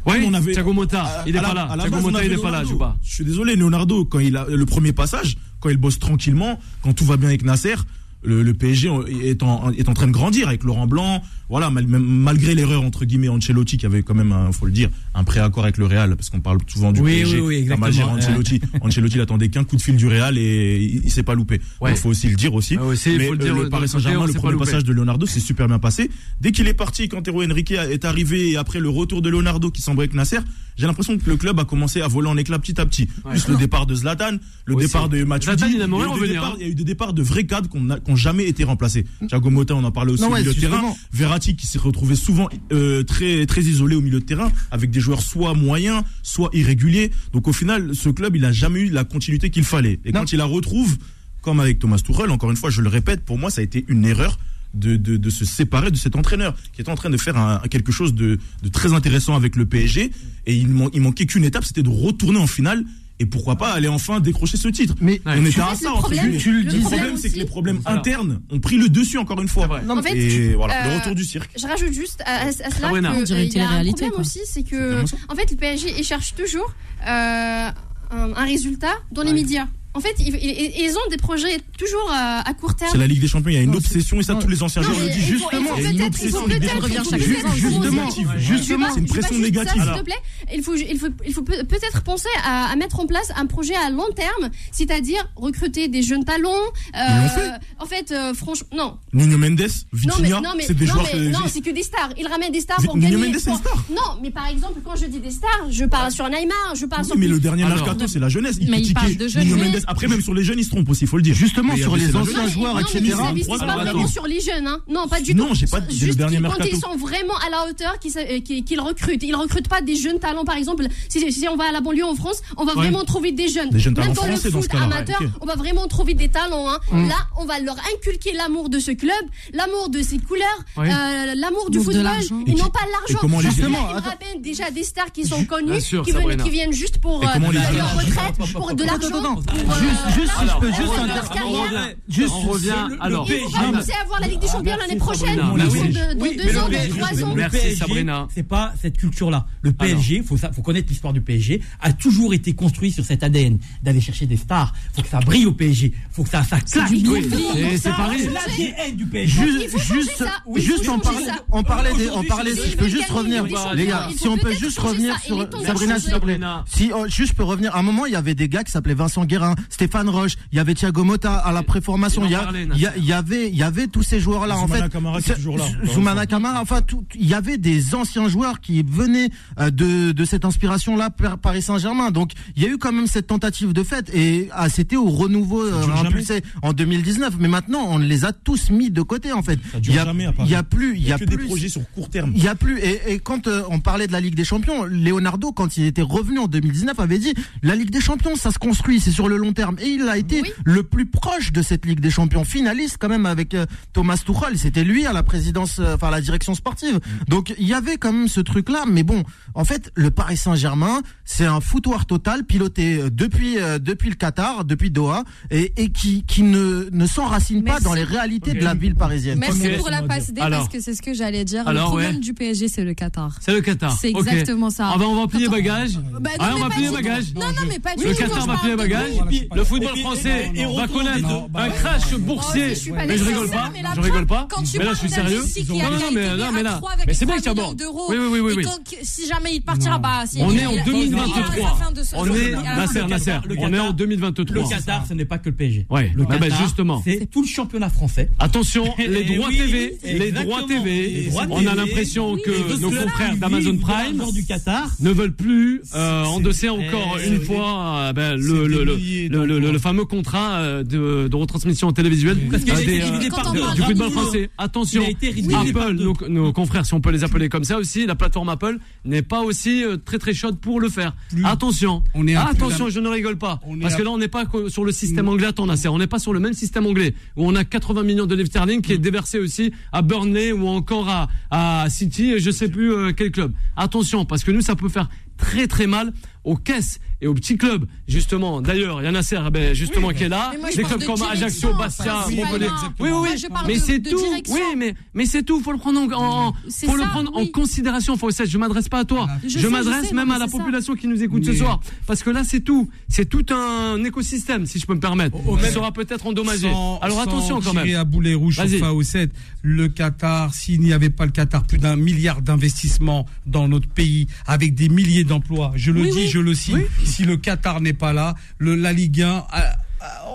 Ouais,
On avait-
Thiago Motta, il est
À la-
pas
à
là.
la
Thiago
base, on
Motta, il
avait
est pas là,
Leonardo.
je sais pas.
Je suis désolé, Leonardo, quand il a le premier passage, quand il bosse tranquillement, quand tout va bien avec Nasser, le, le PSG est en, est en train de grandir avec Laurent Blanc. Voilà, mal- même- malgré l'erreur entre guillemets Ancelotti qui avait quand même, un, faut le dire, un préaccord avec le Real parce qu'on parle souvent du
Oui,
PSG.
oui, oui,
la
exactement.
magère Ancelotti, Ancelotti n'attendait qu'un coup de fil du Real et il, il s'est pas loupé. Il
Ouais.
faut aussi le dire aussi.
Ah ouais, c'est-
Mais
faut le
euh,
dire,
le
de
Paris
notre côté, on
Saint-Germain, le
s'est pas
premier
loupé.
passage de Leonardo s'est super bien passé. Dès qu'il est parti, quand Tero Henrique est arrivé et après le retour de Leonardo qui semblait avec Nasser, j'ai l'impression que le club a commencé à voler en éclats petit à petit. Plus le départ de Zlatan, le
Aussi.
départ de Matuidi,
Zlatan, il
y a
aimerait
eu des
revenir,
départs-
hein.
il y a eu des départs de vrais cadres qu'on a- qui n'ont jamais été remplacés. Thiago Motta, on en parlait aussi
Non,
au
ouais,
milieu de terrain.
justement.
Verratti qui s'est retrouvé souvent euh, très très isolé au milieu de terrain avec des joueurs soit moyens, soit irréguliers. Donc au final, ce club, il n'a jamais eu la continuité qu'il fallait. Et
Non.
quand il la retrouve, comme avec Thomas Tuchel, encore une fois, je le répète, pour moi, ça a été une erreur. De, de, de se séparer de cet entraîneur qui est en train de faire un- quelque chose de, de très intéressant avec le PSG et il, man- il manquait qu'une étape c'était de retourner en finale et pourquoi pas aller enfin décrocher ce titre
Mais-
on
Ouais.
était
En
à
fait, le
ça entre
problème-
guillemets.
le
le
problème
problème c'est que
aussi-
les problèmes
Voilà.
internes ont pris le dessus encore une fois
vrai.
En fait,
et voilà
euh,
le retour du cirque
Je rajoute juste à, à- à cela
Sabrina.
que,
On dirait
euh,
une
il y a un
télé-réalité,
problème
quoi.
aussi, c'est
C'est
que
vraiment ça.
en fait le PSG il cherche toujours euh, un, un résultat dans les
Ouais.
médias. En fait, ils, ils- ils ont des projets toujours euh, à, à court terme.
c'est la Ligue des Champions il y a une
Non, c'est-
obsession et ça
non.
tous les anciens
Non,
joueurs
mais
le disent
ils
juste
vont- ils vont
il y a
peut-être- ils
une
vont
obsession des
peut-être-
Ligue des
ils vont
Champions.
peut-être-
Juste-
ils vont
justement,
peut-être-
justement,
Je
c'est
sais pas,
une pression
je sais pas si
négative
ça, S'il te plaît, il faut, il faut, il faut peut- peut-être penser à, à mettre en place un projet à long terme, c'est-à-dire recruter des jeunes talents. euh,
Ils l'ont fait.
en fait, euh, franchement, non.
Nuno Mendes
Non, mais,
Vitinha
non, mais,
c'est des
non,
joueurs
mais-
que-
non, c'est que des stars. Ils ramènent des stars
C'est-
pour
Nuno
gagner.
Mendes, c'est
pour-
une star.
Non, mais par exemple, quand je dis des stars, je parle sur Neymar, je parle
Oui,
sur.
mais le dernier
Alors-
mercato c'est la jeunesse il
Mais il parle de
critiquait
jeunes,
Nuno
mais-
Mendes après même sur les jeunes ils se trompent aussi il faut le dire
Justement,
Mais
sur les
regardez, c'est la
anciens
jeunesse.
joueurs,
non,
etc.
mais ils n'investissent
Voilà,
pas
voilà.
vraiment sur les jeunes, hein. Non, pas du
Non,
tout.
j'ai pas dit le
Juste
dernier
qu'ils- quand
mercato.
ils sont vraiment à la hauteur, qu'ils sa- euh, qu'ils qu'ils recrutent. Ils recrutent pas des jeunes talents, par exemple. Si, si on va à la banlieue en France, on va vraiment trouver des jeunes.
Des jeunes
Même
talents
dans le
français, dans ce
foot
cas-là,
amateur,
ouais, ok.
on va vraiment trouver des talents. Hein. Là, on va leur inculquer l'amour de ce club, l'amour de ses couleurs,
Oui.
euh, l'amour du
L'amour de
football.
l'argent.
Et
Ils n'ont
qui-
pas
et
l'argent.
comment les-
Parce que là,
Justement,
Ils ramènent déjà des stars qui sont connues,
Bien sûr,
qui, viennent,
Sabrina.
qui viennent juste pour
Et
euh,
comment les-
leur
Alors,
retraite, pour de l'argent. pour, euh,
Juste, juste, si je peux,
on
juste
revient
inter-
à Sky.
Juste, on revient. Alors,
Ils vont
Ah,
pas penser à voir la Ligue des Champions l'année
bah,
prochaine,
Sabrina.
dans
Ah, Merci.
deux dans
Oui, mais
deux
le
ans, dans
PSG,
trois ans.
le
Merci,
PSG,
Sabrina.
C'est pas cette culture-là. Le
Ah non.
PSG, faut ça, faut connaître l'histoire du PSG, a toujours été construit sur cet ADN d'aller chercher des stars. Faut que ça brille au PSG. Faut que ça, ça claque.
du
Oui,
conflit.
c'est-
Et c'est
ça,
Paris.
c'est l'ADN du PSG.
Juste,
faut changer
juste,
ça. Oui, il
juste
faut
en
changer
parler,
ça.
en parler, des, en
Aujourd'hui,
parler.
c'est
Si je peux
des
juste
millions
revenir,
des gens.
les gars,
Il faut
si on peut
peut-être
juste
changer
revenir
ça. Il est
sur
temps de
Sabrina,
changer.
s'il te plaît.
Sabrina.
Si oh, juste, je peux revenir. À un moment, il y avait des gars qui s'appelaient Vincent Guérin, Stéphane Roche, il y avait Thiago Motta à la préformation.
Il en
Il y, a-
parlait,
il y a- il y avait, il y avait tous ces joueurs-là. En
Zoumana
fait,
Kamara qui est
C'est-
toujours là, encore une
Zoumana
fois.
Kamara. Enfin, tout- il y avait des anciens joueurs qui venaient euh, de de cette inspiration-là, par Paris Saint-Germain. Donc, il y a eu quand même cette tentative de fête et ah, c'était au renouveau euh,
dure jamais.
impulsé en 2019. Mais maintenant, on les a tous mis de côté. En fait,
Ça dure
il y a,
jamais à Paris.
il y a plus, il y a
que des
plus-
projets sur court terme
il y a plus. Et, et quand euh, on parlait de la Ligue des Champions, Leonardo, quand il était revenu en 2019, avait dit la Ligue des Champions, ça se construit, c'est sur le long long terme. Et il a été le plus proche de cette Ligue des Champions, finaliste quand même avec euh, Thomas Tuchel. C'était lui à la présidence, euh, enfin à la direction sportive. Donc il y avait quand même ce truc-là. Mais bon, en fait, le Paris Saint-Germain, c'est un foutoir total piloté euh, depuis euh, depuis le Qatar, depuis Doha, et, et qui qui ne ne s'enracine pas
Merci.
dans les réalités de la
Ok.
ville parisienne.
Merci pour la passe D parce
Alors.
que c'est ce que j'allais dire.
Alors,
le problème
ouais.
du PSG, c'est le Qatar.
C'est le Qatar.
C'est
Ok.
exactement ça.
Ah bah, on va plier bagages.
Bah, non,
Ah, on
mais
va
pas
plier
du tout.
bagages.
Non, non, mais pas du
Le
tout,
Qatar
je
va
parle
plier
de
bagages.
rugby.
Le football
Et- et-
français
et- et
va
retour des
connaître
deux.
un crash
Oh,
boursier.
je suis pas
Mais je
d'accord,
rigole
ça,
pas.
mais la
Je rigole
preuve,
pas.
quand tu
Mais là, je
parles
suis
d'un
sérieux.
Messi qui a
Non, non, mais
qualifié
là, mais là.
à trois avec
Mais c'est
trois
bon que tu
millions
abordes.
d'euros,
Oui, oui, oui, oui,
et
oui.
quand- si jamais il partira, bah, si-
On
il-
est en
il- il- il- il- il- il- il-
2023.
fin de saison,
On est,
il- il- il-
Nasser,
Le
Nasser,
Qatar- le
on est en
Qatar-
2023.
Le Qatar, ce n'est pas que le PSG.
Ouais,
le
ah bah,
Qatar,
justement.
C'est tout le championnat français.
Attention,
Et
les droits
oui,
TV, les
exactement.
droits
Les
TV,
droits
on a
TV,
l'impression
oui. Les
que
deux
nos
clubs
confrères
qui
d'Amazon
vivent de
Prime
l'argent du Qatar
ne veulent plus euh,
C'est-
endosser
c'est-
encore
eh,
une
oui.
fois euh, ben,
C'est
le,
des
le, le-
milliers
le- le- le fameux contrat euh, de, de retransmission télévisuelle
Parce qu'il
euh,
a été
des, euh,
éliminé par deux.
du football
Il a
français.
été
Attention,
éliminé par
Apple, nos, nos confrères, si on peut les appeler comme ça aussi, la plateforme Apple n'est pas aussi euh, très très chaude pour le faire. Attention, Ah,
est à plus
attention,
d'un-
je ne rigole pas.
On est
Parce
à-
que là, on n'est pas co- sur le système anglais. Attends, Nasser, on n'est pas sur le même système anglais où on a 80 millions de livres sterling qui est déversé aussi à Burnley ou encore à, à City et je sais plus euh, quel club. Attention, parce que nous, ça peut faire très très mal aux caisses et aux petits clubs justement d'ailleurs il y en a Nasser eh ben, justement
Oui,
qui est là
mais moi, je
des
parle
clubs
de
comme
direction,
Ajaccio Bastia
principalement.
Montpellier oui
Moi,
oui
je parle
mais
de-
c'est
de
tout
direction.
oui mais mais c'est tout faut le prendre en, en-
C'est
faut le
ça,
prendre en
oui.
considération faut je m'adresse pas à toi
Je
je,
sais, je
m'adresse
sais,
même
non,
à la
mais c'est ça.
population qui nous écoute ce
Mais-
soir parce que là c'est tout c'est tout un écosystème si je peux me permettre
au
qui
même-
sera peut-être endommagé
Sans-
alors
sans
attention quand
tirer
même
à boulet rouge
Vas-y.
sur FAO7, le Qatar, s'il n'y avait pas le Qatar, plus d'un milliard d'investissements dans notre pays avec des milliers d'emplois. Je le
Oui,
dis,
oui.
je le signe. Si le Qatar n'est pas là, le, la Ligue ah, 1.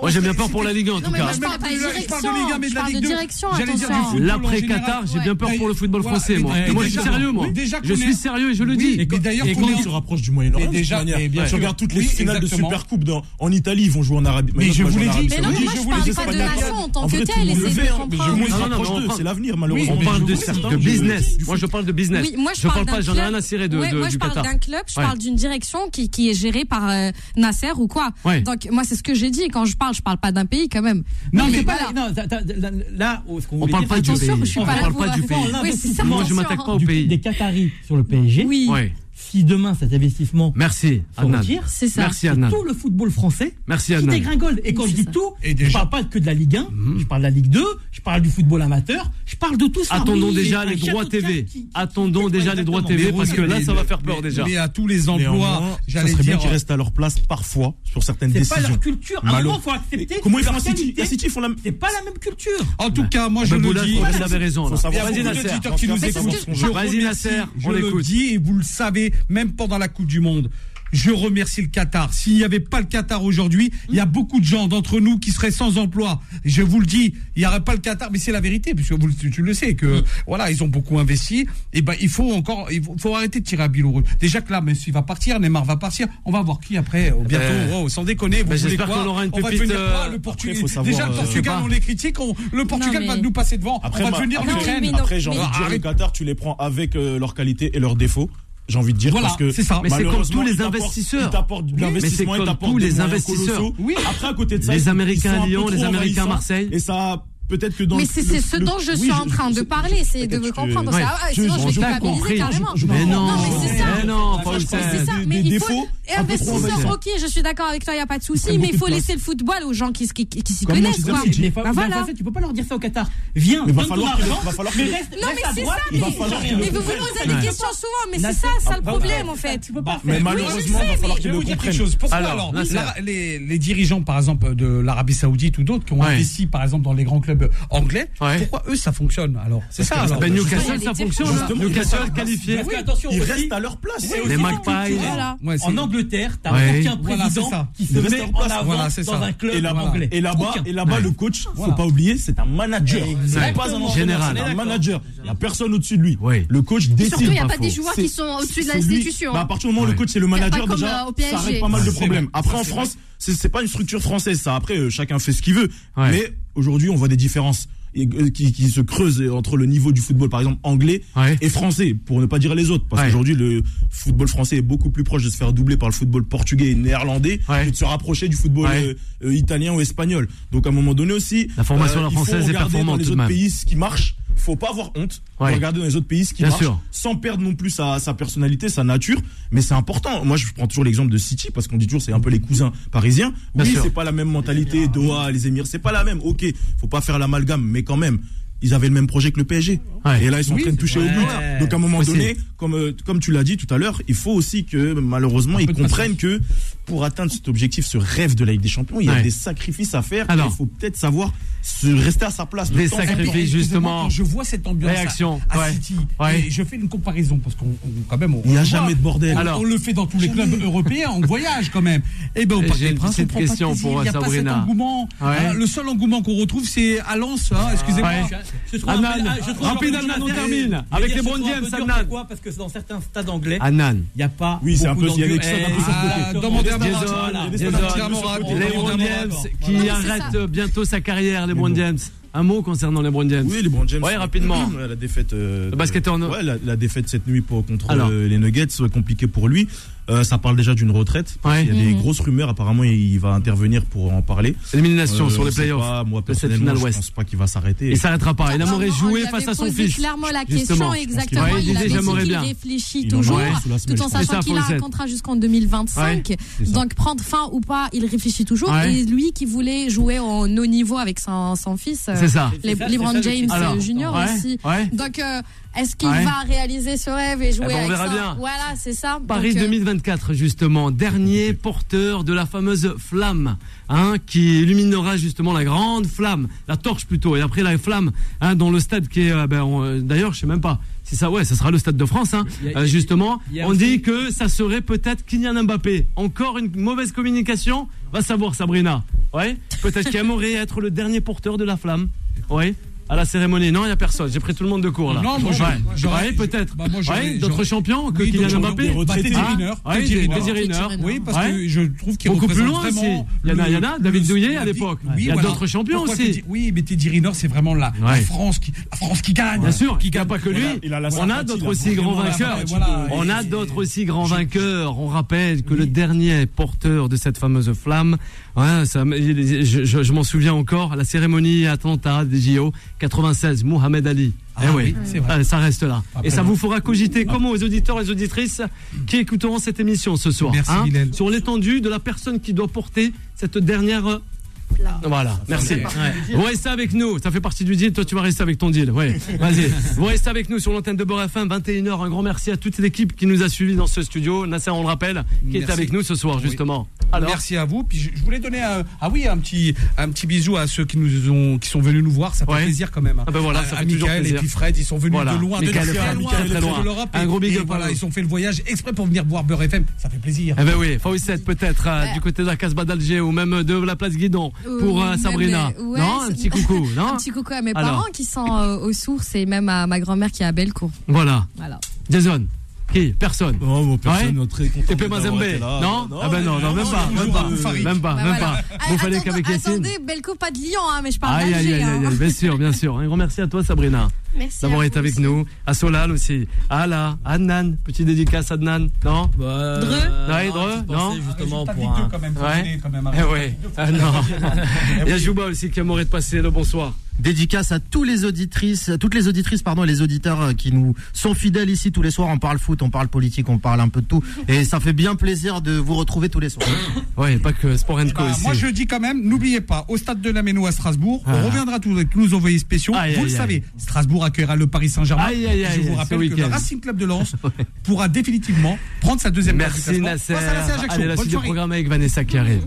Moi, j'ai bien peur pour la Ligue 1, en Non, tout mais cas. moi,
je parle pas de
Je parle
direction,
de Ligue 1, mais
je
de la
parle de
Ligue 2.
direction,
J'allais dire du
attention.
football en
L'après
général.
Qatar, j'ai bien peur
Ouais.
pour le football
Voilà,
français,
mais-
moi.
mais
Et moi, je suis
déjà-
sérieux, moi.
mais déjà
Je
qu'on
suis
est-
sérieux et je le dis.
Et quand- et quand on se rapproche du
Mais
Moyen-Orient, de toute
déjà-
manière,
et bien
tu
sûr.
regardes toutes les
Oui,
finales de
exactement.
Super Coupe dans- en Italie, ils vont jouer en Arabie.
Mais je vous l'ai dit.
Mais non, moi, je parle pas de nation en tant que telle, essayez de comprendre.
Moi, je
Non, non,
rapproche
mais on
d'eux,
parle-
c'est l'avenir, malheureusement.
On parle de,
certains
de
qui-
business. Moi, je parle de business.
Oui, moi je,
je parle
d'un
pas, j'en ai
club-
rien à cirer de,
Ouais,
de-
moi,
du
je parle
Qatar.
d'un club, je
Ouais.
parle d'une direction qui, qui est gérée par euh, Nasser ou quoi.
Ouais.
Donc moi c'est ce que j'ai dit quand je parle, je parle pas d'un pays quand même.
Non,
Donc,
mais
c'est
pas
pas là.
là. Non, t'as- t'as- là, là, où- ce qu'on
On
voulait
parle
dire,
pas du
c'est-
pays. On parle pas du pays.
Oui, c'est ça,
Moi, je
attention,
m'attaque
hein.
pas au pays.
Des Qataris sur le PSG.
Oui.
Ouais.
Si demain cet investissement.
Merci,
se
Adnan.
retire,
C'est ça.
Merci, Adnan.
Tout le football français.
Merci,
qui
Adnan.
dégringole. Et quand je dis tout, je parle pas que de la Ligue 1,
Mhm.
je parle de la Ligue 2, je parle du football amateur, je parle de tout ça.
Attendons
Oui,
déjà
un
les droits
chapitre
TV.
qui-
Attendons déjà les droits TV
Mais
parce
oui,
que là,
mais
ça va
le-
faire peur
mais-
déjà.
Mais à tous les
Néanmoins,
emplois,
ça
j'allais
serait bien
dire.
qu'ils restent à leur place parfois sur certaines
C'est pas
décisions.
leur
culture. À un
Malo-
moment, faut accepter.
Comment ils
leur
font à City
qualité.
À City, ils font la
C'est pas la même culture.
En tout cas, moi je
Ben,
le
Boula,
dis.
vous avez raison, là.
Faut savoir-
Vas-y,
Il y a beaucoup
Nasser.
d'auditeurs qui
Faut
nous
savoir
écoutent.
ce qu'on
Je
veut. Vas-y,
remercie,
Nasser,
je
on
le
l'écoute.
dis et vous le savez, même pendant la Coupe du Monde. Je remercie le Qatar. S'il n'y avait pas le Qatar aujourd'hui, il y a beaucoup de gens d'entre nous qui seraient sans emploi. Je vous le dis, il n'y aurait pas le Qatar, mais c'est la vérité, puisque vous, le- tu, tu le sais, que
Mm.
voilà, ils ont beaucoup investi. Et ben, il faut encore, il faut, faut arrêter de tirer à bilou rouge. Déjà que là, même s'il va partir, Neymar va partir, on va voir qui après. euh, Bientôt,
Euh,
oh, sans déconner, vous
ben,
voulez
j'espère
quoi
qu'on aura une
On va
pépite,
devenir quoi
euh,
Le Portugais.
après, faut savoir,
Déjà, le
euh,
Portugal,
je sais
on
pas.
les critique, on- le Portugal
mais-
va nous passer devant.
Après,
on va
ma-
devenir
après,
l'Ukraine.
après, j'ai envie de dire, le Qatar, tu les prends avec euh, leurs qualités et leurs défauts. J'ai envie de dire
Voilà,
parce que
c'est ça.
Mais c'est comme
malheureusement,
tous
ils
les
t'apportent-
investisseurs.
Ils t'apportent de
Oui.
l'investissement,
Mais c'est
ils
comme
t'apportent
tous
des
les
moyens
investisseurs.
colossaux.
Oui.
Après à côté de ça,
Les
ils- ils
Américains
sont
à
un peu
Lyon,
trop
les Américains à
envahissants.
Marseille.
Et ça peut-être que dans
Mais
le-
c'est
le-
c'est ce
le-
dont je
oui,
suis en train de parler, c'est de
je
me
te-
comprendre.
Ouais.
ça. Ah,
Je-
sinon,
je-
je vais
je t'ai
culpabiliser
compris.
carrément.
Je-
Mais non,
mais c'est ça.
mais non, faut
Moi, je
le
pense que
C'est
faire.
ça,
des-
mais
des
il faut
défauts, un peu trop
investisseurs,
envahissants.
ok, je suis d'accord avec toi, il n'y a pas de souci,
prennent
mais il faut
beaucoup de
laisser le football aux gens qui, s- qui, qui, qui s'y
Comme
connaissent.
Manchester
Quoi.
City.
Mais
Bah voilà.
tu peux pas leur dire ça au Qatar. Viens,
Mais va
donne ton
falloir qu'il-
argent,
va falloir
mais
qu'il-
reste,
Non,
reste
mais
à
c'est ça,
droite et
mais,
va falloir
mais
qu'il le
vous vous posez
comprenne.
des questions souvent, mais
Là,
c'est ça,
c'est-
ça le
bah,
problème
bah,
en fait.
tu peux pas
Mais
faire.
malheureusement, il va falloir
Je
qu'ils
vais
le
vous dire quelque
comprennent.
chose. Pourquoi
Alors,
alors,
Nasser.
la- les, les dirigeants, par exemple, de l'Arabie Saoudite ou d'autres qui ont
Ouais.
investi, par exemple, dans les grands clubs anglais,
Ouais.
pourquoi eux ça fonctionne alors C'est ça. alors.
Ben,
Justement,
Newcastle,
il y a
ça
des
fonctionne.
différences.
hein. Newcastle qualifié.
Parce que, attention,
Ils
aussi,
restent à leur place.
c'est
Les
aussi
Magpies.
culturel.
Ouais, c'est-
En Angleterre, t'as
Ouais.
aucun
Voilà,
président
c'est ça.
qui se
Ils restent
met
en
en
place.
avant
Voilà, c'est
dans
ça.
un club
Et là-bas,
anglais.
et là-bas,
Aucun.
et là-bas, le coach, faut pas oublier, c'est un manager. C'est pas un entraîneur,
Général.
c'est un manager. Il n'y a personne au-dessus de lui.
Oui.
Le coach
Et
décide.
surtout, il n'y a
pas
pas des
faux.
joueurs
C'est-
qui sont au-dessus de
c'est lui.
l'institution. hein.
Bah, à partir du moment où
Ouais.
le coach c'est le
pas
manager,
comme,
déjà,
euh, au PSG.
ça règle pas mal de
c'est
problèmes.
vrai.
Après, en France, c'est c'est pas une structure française, ça. Après, euh, chacun fait ce qu'il veut.
Ouais.
Mais aujourd'hui, on voit des différences. et, euh, qui, qui se creuse entre le niveau du football, par exemple, anglais et français, pour ne pas dire les autres. Parce qu'aujourd'hui, le football français est beaucoup plus proche de se faire doubler par le football portugais et néerlandais que de se rapprocher du football
Ouais.
euh, euh, italien ou espagnol. Donc, à un moment donné aussi,
La formation, la
euh, il faut
française est
regarder
performante,
dans les
tout de même.
autres pays ce qui marche. Faut pas avoir honte de
Ouais.
regarder dans les autres pays ce qui
Bien
marche,
sûr.
sans perdre non plus sa, sa personnalité, sa nature. Mais c'est important. Moi, je prends toujours l'exemple de City parce qu'on dit toujours c'est un peu les cousins parisiens.
Bien
Oui,
sûr.
c'est pas la même mentalité. Doha, les Émirs, c'est pas la même. Ok, faut pas faire l'amalgame, mais quand même. Ils avaient le même projet que le PSG.
Ouais.
Et là, ils sont
Oui,
en train de toucher
ouais.
au but. Donc, à un moment
Aussi.
donné, comme, euh, comme tu l'as dit tout à l'heure, il faut aussi que, malheureusement, ils comprennent que pour atteindre cet objectif, ce rêve de la Ligue des Champions, il y a
Ouais.
des sacrifices à faire.
Alors.
il faut peut-être savoir se rester à sa place. le
Des
temps-
sacrifices, justement.
Quand je vois cette ambiance
Réaction,
à, à
ouais.
City,
Ouais.
et je fais une comparaison parce qu'on on- quand même, on,
Il y a
on
jamais
voit,
de bordel.
On,
Alors.
on le fait dans tous les clubs européens, on voyage quand même. Et ben au
Et
Parc
j'ai
des
une
Princes, on
petite
prend pas de
question
plaisir,
pour,
il y a
euh,
pas cet
Sabrina.
engouement.
Ouais.
Hein, le seul engouement qu'on retrouve, c'est à Lens. hein, Excusez-moi.
Ouais.
Je trouve un peu-
Anan,
ah, je trouve
rapide,
leur
Anan, on
mentalité-
termine.
je veux
Avec
dire,
les
je
Brown
trouve un
James,
peu dur,
Anan.
pourquoi Parce que dans certains stades anglais,
Anan.
il n'y a pas.
Oui, c'est un
beaucoup
peu- il y a des
d'engueu-
clubs un peu
Eh,
sur le côté.
Ah, Demandez à
Jason,
Marat, voilà.
Jason,
Demandez à Marat, demandez à
les Brown
Marat.
James
Voilà.
qui arrête euh, bientôt sa carrière, les Brown James. Un mot concernant les Brown James.
Oui, les Brown James.
Ouais, rapidement.
Ouais, la défaite. euh, de-
basketteur no-
Ouais, la, la défaite cette nuit pour, contre
Alors.
euh, les Nuggets, ouais, compliqué pour lui. Euh, ça parle déjà d'une retraite.
Ouais.
Il y a des
Mhm.
grosses rumeurs. Apparemment, il va intervenir pour en parler. Euh,
Élimination sur les
je sais
playoffs
pas, Moi,
de cette
personnellement,
finale
je
ouest.
pense pas qu'il va s'arrêter.
Il s'arrêtera pas. Il
Non,
aimerait
on
jouer
lui
face
avait
à son
posé
fils.
clairement la
Justement,
question,
je pense qu'il
exactement.
va- Ouais,
il
il
avait dit
disait j'aimerais
qu'il
bien.
réfléchit
Il en
toujours,
aurait sous la semelle,
tout en
je pense.
sachant
C'est ça,
qu'il a
faut le
un
dire.
contrat jusqu'en 2025.
Ouais, c'est ça.
Donc, prendre fin ou pas, il réfléchit toujours.
Ouais.
Et lui qui voulait jouer en haut niveau avec son, son fils, euh,
C'est ça.
les-
C'est ça,
LeBron
c'est ça, le
James
kiff. Alors,
euh, Junior
ouais,
aussi.
ouais.
Donc, euh, est-ce qu'il
Ouais.
va réaliser ce rêve et jouer
Eh ben, on
avec
verra
ça
bien.
Voilà, c'est ça.
Paris
Donc, euh,
2024 justement, dernier porteur de la fameuse flamme, hein, qui illuminera justement la grande flamme, la torche plutôt, et après la flamme hein, dans le stade qui est, euh, ben, on, euh, d'ailleurs, je sais même pas, si ça, ouais, ça sera le stade de France, hein,
Il y a-
euh, justement.
il y a
on
aussi-
dit que ça serait peut-être Kylian Mbappé. Encore une mauvaise communication, va savoir Sabrina. Ouais, peut-être qu'il aimerait être le dernier porteur de la flamme. Ouais. À la cérémonie, non, il n'y a personne. J'ai pris tout le monde de court là.
Non, moi,
Ouais.
j'aurais- j'aurais-
Ouais, peut-être.
Bah, moi, j'aurais-
Ouais, D'autres
j'aurais-
champions que
Oui, donc,
Kylian
j'aurais-
Mbappé.
j'aurais- bah, Teddy
Ah,
Riner,
ouais,
Teddy Riner.
Teddy Riner.
Oui, parce
Ouais.
que je trouve qu'il
Beaucoup plus
représente
loin aussi.
vraiment
Il y en a,
le-
il y en a. David
le-
Douillet à
David-
l'époque.
Oui,
Il y a
voilà.
d'autres champions
Pourquoi
aussi.
Teddy- Oui, mais Teddy Riner, c'est vraiment la, la
Ouais.
France qui, la France qui gagne.
Bien sûr,
qui
il n'y a
gagne.
pas que lui.
Voilà.
on a d'autres aussi grands
Vraiment la
vainqueurs.
sympathie de-
on a d'autres aussi grands vainqueurs. On rappelle que le dernier porteur de cette fameuse flamme, ouais, ça, je, je- je m'en souviens encore, la cérémonie à Atlanta des JO 96, Mohamed Ali.
Ah
eh oui,
oui, c'est vrai.
Ah, ça reste là.
Pas
Et ça
mal.
vous fera cogiter, comme aux auditeurs et aux auditrices qui écouteront cette émission ce soir, hein,
Merci, Bilal.
sur l'étendue de la personne qui doit porter cette dernière voilà, merci. Vous restez avec nous, ça fait partie du deal. Toi, tu vas rester avec ton deal. Ouais, vas-y. Vous restez avec nous sur l'antenne de Beurre FM, 21h. Un grand merci à toute l'équipe qui nous a suivis dans ce studio. Nasser, on le rappelle, qui est
Merci.
avec nous ce soir, justement. Alors,
Alors. Merci à vous. Puis je, je voulais donner un, ah oui un petit un petit bisou à ceux qui nous ont qui sont venus nous voir. Ça fait
Ouais.
plaisir quand même. hein.
Ah ben voilà,
à,
ça
à
fait toujours
Michael
plaisir.
et puis Fred, ils sont venus
Voilà.
de loin,
Michael
de
et Fred,
très loin,
Michael et
de,
Fred,
de l'Europe.
un gros big
et
up à
voilà,
vous.
ils ont fait le voyage exprès pour venir voir Beurre FM. Ça fait plaisir.
eh ben oui, Faouissette peut-être euh, du côté de la Casbah d'Alger ou même de la place Guidon
Ou
pour euh,
même,
Sabrina.
euh, ouais,
non, un
c'est-
petit coucou, non
Un petit coucou à mes
Hein Alors.
parents qui sont euh, aux sources et même à ma grand-mère qui est à Bellecour.
Voilà.
Voilà.
Jason, qui Personne.
Oh,
Non, moi, personne
Ouais.
très content.
TP
d'avoir
Mazembe
été là.
Non Ah ben non, non, même pas,
toujours
même pas,
à Farid.
même pas,
Bah
même
voilà.
pas.
Ah,
Vous fallait
attendez,
qu'avec Yacine.
Attendez, Bellecour, pas de Lyon, hein, mais je parle
Aïe, aïe,
d'Alger.
aïe,
hein.
aïe, aïe, bien sûr, bien sûr. Un grand merci à toi, Sabrina,
Merci.
d'avoir
à
été
vous
avec
aussi.
nous. À Solal aussi. À Ala, Adnan, petite dédicace à Adnan, non
Bah,
Dreux
Ouais,
non,
Dreux,
tu
non
pensais Justement,
Ah, Résultat
pour
des deux,
un-
quand même, faut
Ouais.
donner quand même
Eh
un-
ouais. Ah non. Il
Eh
y a Jouba aussi qui aimerait de passer le bonsoir.
Dédicace à tous les auditrices, à toutes les auditrices, pardon, et les auditeurs euh, qui nous sont fidèles ici tous les soirs. On parle foot, on parle politique, on parle un peu de tout. Et ça fait bien plaisir de vous retrouver tous les soirs.
Ouais, pas que Sport and Co
Bah,
ici.
moi je dis quand même, n'oubliez pas, au stade de la Méno à Strasbourg,
Ah.
on reviendra tous avec nos envoyés spéciaux.
Aïe,
vous
aïe,
le
aïe.
savez, Strasbourg accueillera le Paris Saint-Germain.
Aïe, aïe,
Et
aïe,
je vous
ce
rappelle que le
week-end.
Racing Club de Lens pourra définitivement prendre sa deuxième place du
Merci
classement
Nasser.
face à la CA Ajaccio.
Allez, la
Bonne
suite du
soirée.
programme avec Vanessa qui arrive.